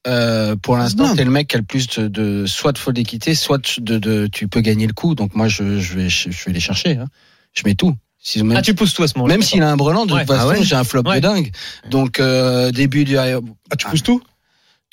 J: euh, pour l'instant,
B: Non.
J: t'es le mec qui a le plus de, de- soit de faute d'équité, soit de, de- tu peux gagner le coup. Donc moi, je, je vais, je, vais les chercher. hein. Je mets tout. Si- même
E: Ah, tu pousses toi à ce moment-là.
J: même s'il a un brelan, de
E: Ouais.
J: toute façon,
E: Ah ouais.
J: j'ai un flop
E: Ouais.
J: de dingue. Donc euh, début du
B: Ah, tu pousses tout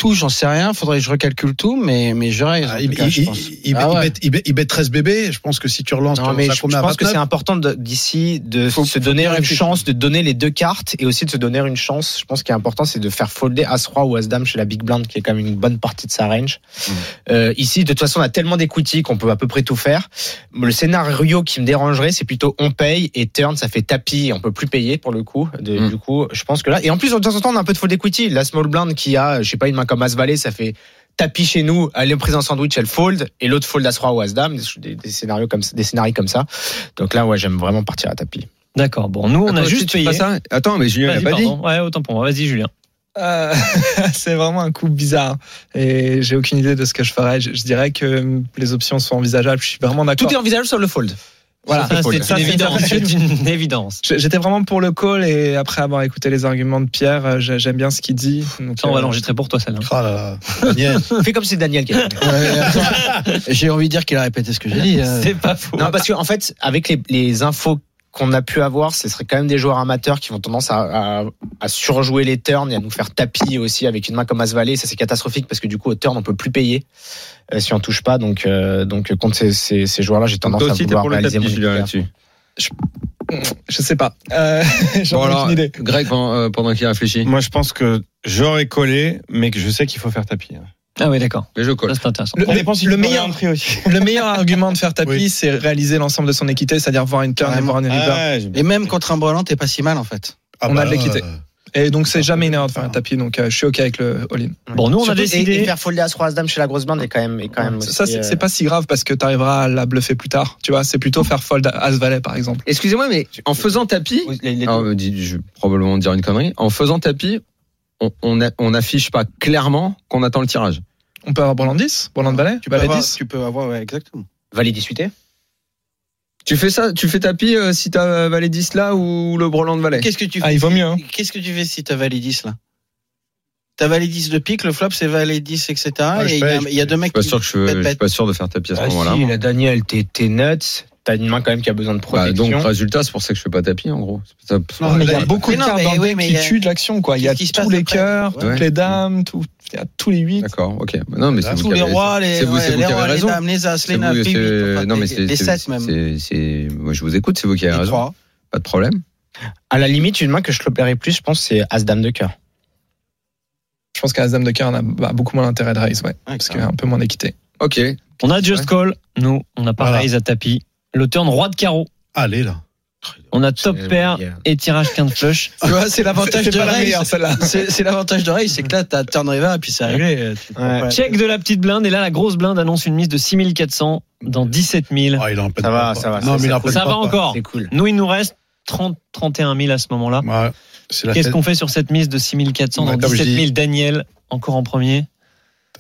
J: tout, j'en sais rien. Faudrait que je recalcule tout, mais mais je raise. en
B: Ah, il,
J: tout cas,
B: il-
J: je
B: il-
J: pense.
B: il-
J: Ah
B: il
J: ouais.
B: bet- il bet- il bet 13 bébés. Je pense que si tu relances,
C: Non, mais je,
B: ça
C: je
B: combien à
C: pense que c'est
B: 29?
C: important de- d'ici de
J: Faut-
C: se donner une
J: réfléchir.
C: chance, de donner les deux cartes et aussi de se donner une chance. Je pense qu'il est important, c'est de faire folder As-Roi ou As-Dame chez la Big Blind, qui est quand même une bonne partie de sa range.
J: Mm.
C: Euh, ici, de toute façon, on a tellement d'equity qu'on peut à peu près tout faire. Le scénario qui me dérangerait, c'est plutôt on paye et turn, ça fait tapis et on peut plus payer pour le coup. De-
A: Mm.
C: Du coup, je pense que là. Et en plus, de temps en temps, on a un peu de fold equity. La Small Blind qui a, je sais pas, une main comme As-Valet, ça fait tapis chez nous, elle est prise en sandwich, elle fold, et l'autre fold As-Roi ou As-Dame, des, des scénarios comme ça, des scénarios comme ça. Donc là, ouais, j'aime vraiment partir à tapis.
E: D'accord. Bon, nous, on a
A: Attends, tu-
E: juste
A: tu fais
E: payé.
A: pas ça Attends, mais Julien l'a
E: Vas-y,
A: pas dit.
E: pardon. Ouais, autant pour moi. Vas-y, Julien.
D: Euh, c'est vraiment un coup bizarre et j'ai aucune idée de ce que je ferais. Je, je dirais que euh, les options sont envisageables. Je suis vraiment d'accord.
C: envisageable sur le fold.
I: Voilà,
A: Ça, c'est
I: c'est une évidence. C'est une évidence.
F: J'- J'étais vraiment pour le call et après avoir écouté les arguments de Pierre, euh, j'ai- j'aime bien ce qu'il dit. Donc,
I: Ça, on
F: euh,
I: va l'enregistrer pour toi, celle-là.
B: Ah là là. Daniel.
C: Fais comme si Daniel qui avait-
E: Ouais, attends, J'ai envie de dire qu'il a répété ce que j'ai dit. euh.
I: C'est pas faux.
C: Non, parce qu'en fait, avec les, les infos qu'on a pu avoir, ce serait quand même des joueurs amateurs qui vont tendance à, à- à surjouer les turns et à nous faire tapis aussi avec une main comme Asvalet. Ça, c'est catastrophique parce que du coup, au turn, on peut plus payer euh, si on touche pas. Donc, euh, donc contre ces, ces- ces joueurs-là, j'ai tendance
A: Toi
C: à
A: aussi, t'es
C: vouloir
A: pour le
C: réaliser
A: tapis,
C: mon
A: Julien,
C: écart.
A: là-dessus.
F: Je sais pas. Euh, J'en ai
A: Bon, alors,
F: aucune idée.
A: Greg, pendant, euh, pendant qu'il réfléchit,
D: Moi, je pense que j'aurais collé, mais que je sais qu'il faut faire tapis. hein.
I: Ah oui, d'accord.
A: mais je colle.
I: Ça, c'est intéressant.
F: Le,
D: Ça
F: le-
D: dépend si
F: le
D: tu peux
F: meilleur,
D: regarder un prix aussi.
F: le meilleur argument de faire tapis,
B: Oui.
F: c'est réaliser l'ensemble de son équité, c'est-à-dire voir une turn et
E: Carrément.
F: voir une river.
D: Ah, ouais, j'ai-
E: Et même contre un brelant, t'es pas si mal en fait.
B: Ah
F: On a de
B: là,
F: l'équité.
B: euh,
F: Et donc, c'est jamais une erreur de faire un tapis, donc euh, je suis OK avec le all-in.
I: Bon, nous, on a
C: Surtout, et- Et,
I: décidé.
C: faire folder As Roi As Dame chez la grosse bande est quand même. Est quand même
F: Ça,
C: aussi,
F: c'est
C: euh,
F: c'est pas si grave parce que tu arriveras à la bluffer plus tard. Tu vois, c'est plutôt faire fold As-Valet, par exemple.
A: Excusez-moi, mais en faisant tapis,
C: les- les-
A: alors, Ah, dis- je vais probablement dire une connerie, en faisant tapis, on- on a- on n'affiche pas clairement qu'on attend le tirage.
F: On peut avoir Borland 10, Borland Valet,
E: Tu peux
F: Valet
E: avoir,
F: 10.
E: tu peux avoir ouais, exactement.
C: Valet 18
A: Tu fais ça, tu fais tapis euh, si t'as euh, Valet 10 là ou le Breland de Valet.
E: Qu'est-ce que tu fais
F: Ah, il vaut mieux. hein.
E: Qu'est-ce que tu fais si t'as valet 10 là T'as valet 10 de pique, le flop c'est valet 10, etc.
B: je
E: et il y a-
B: fais,
E: il y, a deux mecs
A: Je
E: qui.
A: suis pas sûr que je, je suis pas sûr de faire tapis à ce
C: Ah
A: moment-là.
C: si,
A: moi.
C: là, Daniel, t'es t'es nuts. T'as une main quand même qui a besoin de
A: Bah,
C: protection.
A: donc résultat, c'est pour ça que je fais pas tapis en gros. C'est pour ça-
B: Non,
F: Mais
B: mais
F: il y a
B: là,
F: beaucoup de
E: Mais non,
F: cartes
E: mais
F: dans le
E: oui,
F: deck
E: mais
F: qui
E: il y a-
F: tuent de l'action, quoi. Il y a
E: Qu'est-ce qui se
F: tous
E: passe
F: les
E: après
F: cœurs,
A: Ouais.
F: toutes les dames, tout, il y a tous les 8.
A: D'accord, ok. Bah, Non mais c'est vous
E: Tous
A: qui
E: les
A: avez-
E: rois, les,
A: c'est vous,
E: ouais,
A: c'est vous
E: les
A: qui
E: rois,
A: avez
E: les
A: raison.
E: dames, les as,
A: C'est
E: les nains,
A: vous,
E: les
A: c'est-
E: pibites,
A: non mais
E: les,
A: c'est
E: les
A: c'est-
E: 7 même.
A: c'est- c'est- moi je vous écoute, c'est vous qui avez
E: Les
A: raison.
E: trois.
A: Pas de problème.
C: À la limite, une main que je l'opérais plus, je pense, c'est As-Dame de cœur.
F: Je pense qu'à As-Dame de cœur, on a bah, beaucoup moins d'intérêt de raise, ouais. parce qu'il y a un peu moins d'équité.
A: Ok.
I: On a Just Call. Nous, on a pas
B: Voilà.
I: raise à tapis. Le turn roi de carreau.
B: Allez là.
I: On a top
D: Eh,
C: C'est-
I: pair
C: yeah.
I: et tirage quinte flush.
E: Tu vois, c'est l'avantage
F: C'est
E: de
F: pas la
E: Ray.
F: meilleure, celle-là.
E: C'est c'est l'avantage de Ray, c'est que là t'as turn river et puis c'est réglé. Tu prends pas la-
I: Check de la petite blinde. Et là, la grosse blinde annonce une mise de 6400 dans 17 000.
B: Ah, il est en pleine
C: Ça va,
B: papa.
C: ça va,
B: Non,
C: ça-
B: mais il est en pleine
I: Ça va
B: papa.
I: encore.
C: C'est cool.
I: Nous, il nous reste 30, 31 000 à ce moment-là.
B: Ouais, c'est la
I: Qu'est-ce
B: fête.
I: qu'on fait sur cette mise de 6400 dans
B: Ouais, comme je
I: 17 000
B: dis.
I: Daniel, encore en premier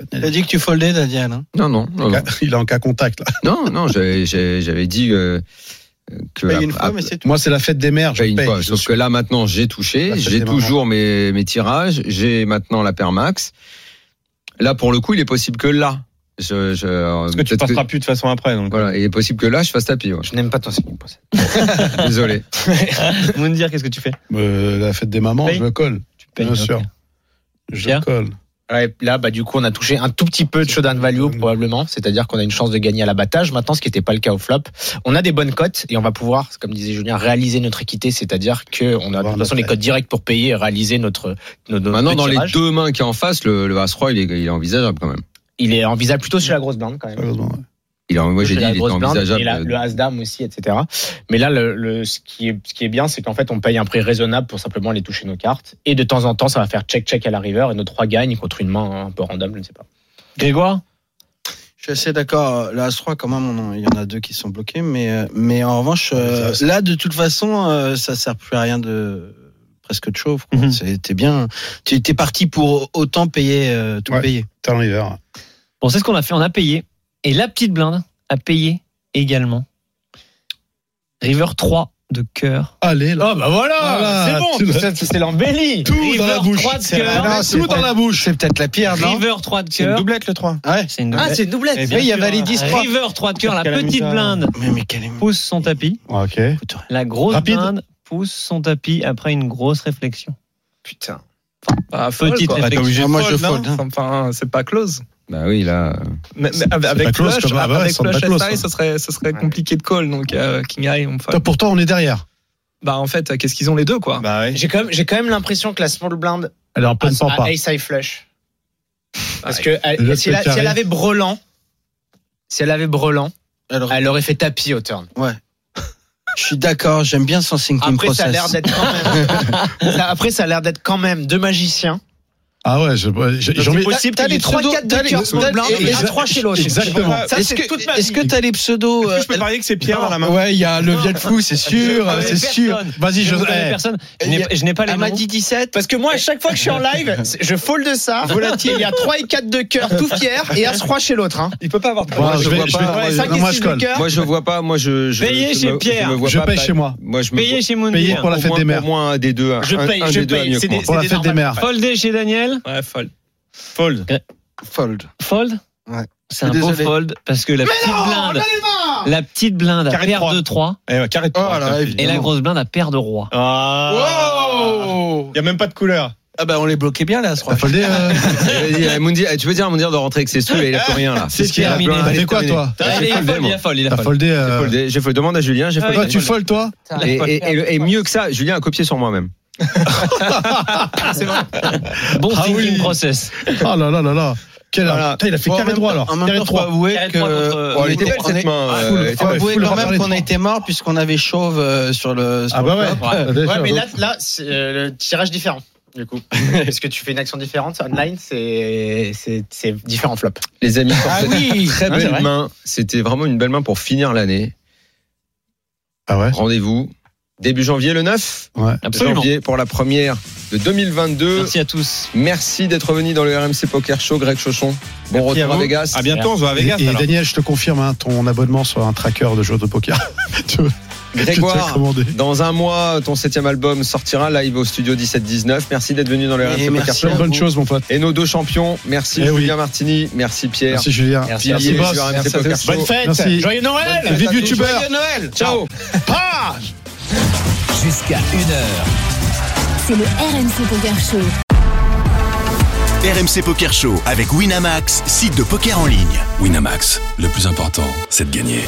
E: T'as dit que tu foldais, Daniel. Hein.
A: Non non non non.
B: Il est en cas contact là.
A: non, non, j'avais- j'avais j'avais dit euh, que
E: Paye une
A: ap-
E: fois,
A: ap-
E: mais c'est tout.
B: Moi, c'est la fête des mères. Je
A: paye une
B: paye.
A: fois.
B: je
A: Sauf
B: suis-
A: que là maintenant j'ai touché,
B: Bah, ça,
A: j'ai
B: c'est
A: toujours mes, mes tirages, j'ai maintenant la paire max. Là pour le coup il est possible que là, je, je,
D: Parce que tu
A: peut-être que-
D: passeras plus de façon après. Donc.
A: voilà, il est possible que là je fasse tapis. ouais.
C: Je n'aime pas ton signe. pour ça.
A: Désolé.
I: Vous me dire qu'est-ce que tu fais
B: Euh, la fête des mamans,
I: Paye.
B: je le colle.
I: Tu
B: Bien
I: ok.
B: sûr. Je
I: Pierre
B: le colle.
C: Ouais, là, bah, du coup, on a touché un tout petit peu de showdown
B: Mm.
C: value, probablement. C'est-à-dire qu'on a une chance de gagner à l'abattage. Maintenant, ce qui n'était pas le cas au flop. On a des bonnes cotes et on va pouvoir, comme disait Julien, réaliser notre équité. C'est-à-dire qu'on a de toute façon les cotes directes pour payer et réaliser notre, notre, notre
A: Maintenant, dans les
C: tirage.
A: deux mains qui est en face, le, le As-Roi, il est, il est envisageable quand même.
C: Il est envisageable plutôt chez la grosse blinde, quand même.
B: Malheureusement, ouais.
A: Il est en- moi,
C: Parce
A: j'ai
C: que
A: dit,
C: la
A: il est
C: grosse blinde,
A: envisageable.
C: et la- le As Dame aussi, etc. Mais là, le, le- ce, qui est, ce qui est bien, c'est qu'en fait, on paye un prix raisonnable pour simplement aller toucher nos cartes. Et de temps en temps, ça va faire check-check à la river et nos trois gagnent contre une main un peu random, je ne sais pas.
I: Grégoire
E: Je suis assez d'accord. Le As-3, quand même, on en- il y en a deux qui sont bloqués. Mais, euh, mais en revanche, euh,
B: Ça,
E: là, de toute façon, euh, ça sert plus à rien de presque de chauve. quoi.
I: Mhm.
E: C'était bien. Tu étais parti pour autant payer, euh, tout
B: Ouais.
E: payer.
B: T'as l'hiver.
I: Bon, c'est ce qu'on a fait. On a payé. Et la petite blinde a payé également. River 3 de cœur.
B: Allez là.
C: Oh bah voilà,
B: Voilà,
C: C'est
B: tu
C: bon
B: l'as-
C: C'est- C'est l'embelli
B: Tout
I: River
B: dans la bouche.
I: trois de
B: C'est
I: cœur.
B: vraiment
E: Non, c'est
B: Tout dans
E: peut-être-
B: la bouche.
E: C'est peut-être la pire, non
I: River 3 de
D: C'est une
I: cœur.
D: doublette le 3.
E: Ouais.
I: C'est une
C: Ah,
I: doublette.
C: c'est une doublette
D: Eh bien
E: Oui, il y a
D: sûr,
E: Valet
D: hein.
E: 10 3.
I: River 3 de cœur. La
D: Calamita.
I: petite blinde
E: Mais, mais quelle est-
I: pousse son tapis.
B: Ok.
I: La grosse
B: Rapide.
I: blinde pousse son tapis après une grosse réflexion.
C: Putain.
F: Bah,
I: Petite
F: quoi.
I: réflexion.
F: Bah, t'es obligé de
E: Ah, moi, je
F: fold,
E: fold,
F: non Enfin, c'est pas close.
A: Bah oui, là. euh,
F: Mais, mais
B: C'est- c'est
F: avec
B: pas close,
F: Flush,
B: comme- ah bah ouais,
F: avec
B: c'est pas
F: Flush et
B: close,
F: Sai,
B: ça.
F: ça serait, ça serait
C: Ouais.
F: compliqué de call. Donc, euh, King High, on fold.
B: Toi, Pourtant, on est derrière.
F: Bah, en fait, qu'est-ce qu'ils ont les deux, quoi
D: Bah ouais.
C: J'ai quand même, j'ai quand même l'impression que la small blind
B: Elle est en
C: a,
B: pleine pampa.
C: a ace high flush. Parce que elle-
B: Le
C: si, elle, a-
B: carré.
C: si elle avait brelan, si elle avait brelan,
E: Alors,
C: elle aurait fait tapis au turn.
E: je suis d'accord. J'aime bien son thinking
C: Après, ça a
E: process.
C: l'air d'être quand même. ça- après, ça a l'air d'être quand même deux magiciens
B: Ah ouais, je- je- j'ai envie.
E: possible T'as les 3-4 de cœur sur le blanc et les 3 chez l'autre.
B: Exactement.
E: Ça,
D: Ça,
E: Est-ce
D: c'est toute ma
E: que- est-ce
D: vie.
E: que t'as les pseudos
D: Est-ce que je
E: euh,
D: peux parier que c'est Pierre dans la main
B: Ouais, il y a le vieux de fou, c'est sûr, euh,
I: connais
B: c'est sûr.
I: personne.
B: Vas-y,
I: Je
B: je.
I: ne connais
B: eh,
I: personne. Je n'ai- Je n'ai pas les noms.
E: Amadi 17
C: Parce que moi, à chaque fois que je suis en live, c'est- je folle de ça. Volatile. Il y a 3 et 4 de cœur, tout fier, et as 3 chez l'autre. Hein.
D: Il peut pas avoir de
B: moi, je
A: je
B: vais,
A: vois
B: je
A: pas.
B: vais-
A: Ouais,
B: non,
A: ça,
B: moi, je colle.
A: Moi, je vois pas. Moi, je. je
I: Payez
A: je
I: chez
A: me-
I: Pierre.
A: Je, me vois
B: Je
A: pas-
B: paye
A: pas-
B: chez moi.
A: Moi, je me
I: Payez chez Moon.
B: Payez pour la
A: au
B: fête
A: moins-
B: des mères.
A: Au moins un des deux. un-
C: Je
A: un-
C: paye,
A: un
C: je
A: des deux a
C: paye.
A: mieux
C: C'est
A: que moi.
C: des-
B: Pour la fête des mères.
I: Foldé chez Daniel.
D: Ouais, fold. Fold.
E: Fold.
I: Fold.
E: Ouais.
I: C'est
E: Je
I: un
E: suis
I: beau
E: désolé.
I: fold parce que la petite blinde, la petite blinde à
D: Carré de
I: paire
D: trois.
I: de 3
D: Eh ouais, carré de
E: Oh
D: trois,
E: là,
D: putain.
I: et la grosse blinde à paire de roi.
D: Ah
E: Oh
D: Il Ah. y a même pas de couleur.
E: Ah bah on les bloquait bien là, ce
B: T'as foldé euh,
A: Il a- Mundi- tu veux dire à Moundir de rentrer avec ses sous et il a plus rien là.
I: C'est
A: ce qu'il a,
I: terminé.
A: plein-
B: T'as fait
A: c'est
B: quoi,
A: terminé.
B: toi
I: Ah, il a fold, il a fold, il a
B: T'as
I: fold.
B: foldé. euh,
A: Foldé. J'ai fait demande à Julien. J'ai fait
B: Toi, tu foldes, toi
A: et, et- et- et mieux que ça, Julien a copié sur moi-même.
I: Bon
B: Ah
I: thinking
B: oui.
I: process.
B: Oh là là là là. Quel
A: Voilà.
B: Putain, il a fait carré droit alors.
E: En même
B: Carré
E: temps, faut
B: droit.
E: avouer
I: Carré de
E: que- euh,
I: trois contre-
A: Oh, elle était
E: on
A: belle
E: était-
A: cette main.
B: full,
A: euh, elle était
B: full,
A: belle.
E: Avouer
B: full
E: quand
B: rapport
E: même
B: les
E: qu'on
B: trois.
E: était mort puisqu'on avait chauve euh, sur le. sur
B: Ah bah
E: le
B: ouais.
E: club.
B: Bah
C: Ouais,
B: déjà,
C: mais là,
B: donc,
C: là c'est euh, le tirage différent. Du coup, parce que tu fais une action différente online, c'est c'est- c'est différent flop.
A: Les amis,
E: Ah
A: c'était
E: oui
A: une très
C: Ah, c'est
A: belle
C: vrai.
A: main. C'était vraiment une belle main pour finir l'année.
B: Ah ouais
A: Rendez-vous début janvier le 9
B: Ouais.
I: Absolument.
A: janvier pour la première de 2022.
I: Merci à tous.
A: Merci d'être venu dans le RMC Poker Show, Greg Chauchon. Bon
D: Merci
A: retour
D: à
A: à,
D: vous.
A: Vegas.
D: À bientôt, on se voit à
B: Et,
D: Vegas.
B: et
D: alors.
B: Daniel, je te confirme, hein, ton abonnement sur un tracker de jeux de poker. tu tu te l'as
A: Grégoire,
B: commandé.
A: dans un mois, ton septième album sortira live au studio 17-19. Merci d'être venu dans le
E: Et
A: RMC Poker
E: merci
A: Show.
E: à vous.
B: Bonne chose, mon pote.
A: Et nos deux champions, merci
B: Eh oui.
A: Julien Martini, merci Pierre.
B: Merci, Julien.
A: Pilier
B: Merci,
A: du
B: boss.
A: RMC
B: Merci à
A: Poker
B: tous.
A: Show.
C: Bonne fête,
B: Merci.
C: joyeux Noël.
B: Vive youtubeur.
C: Noël.
A: Ciao.
G: Jusqu'à 1h.
H: C'est le RMC Poker Show.
K: RMC Poker Show avec Winamax, site de poker en ligne.
L: Winamax, le plus important, c'est de gagner.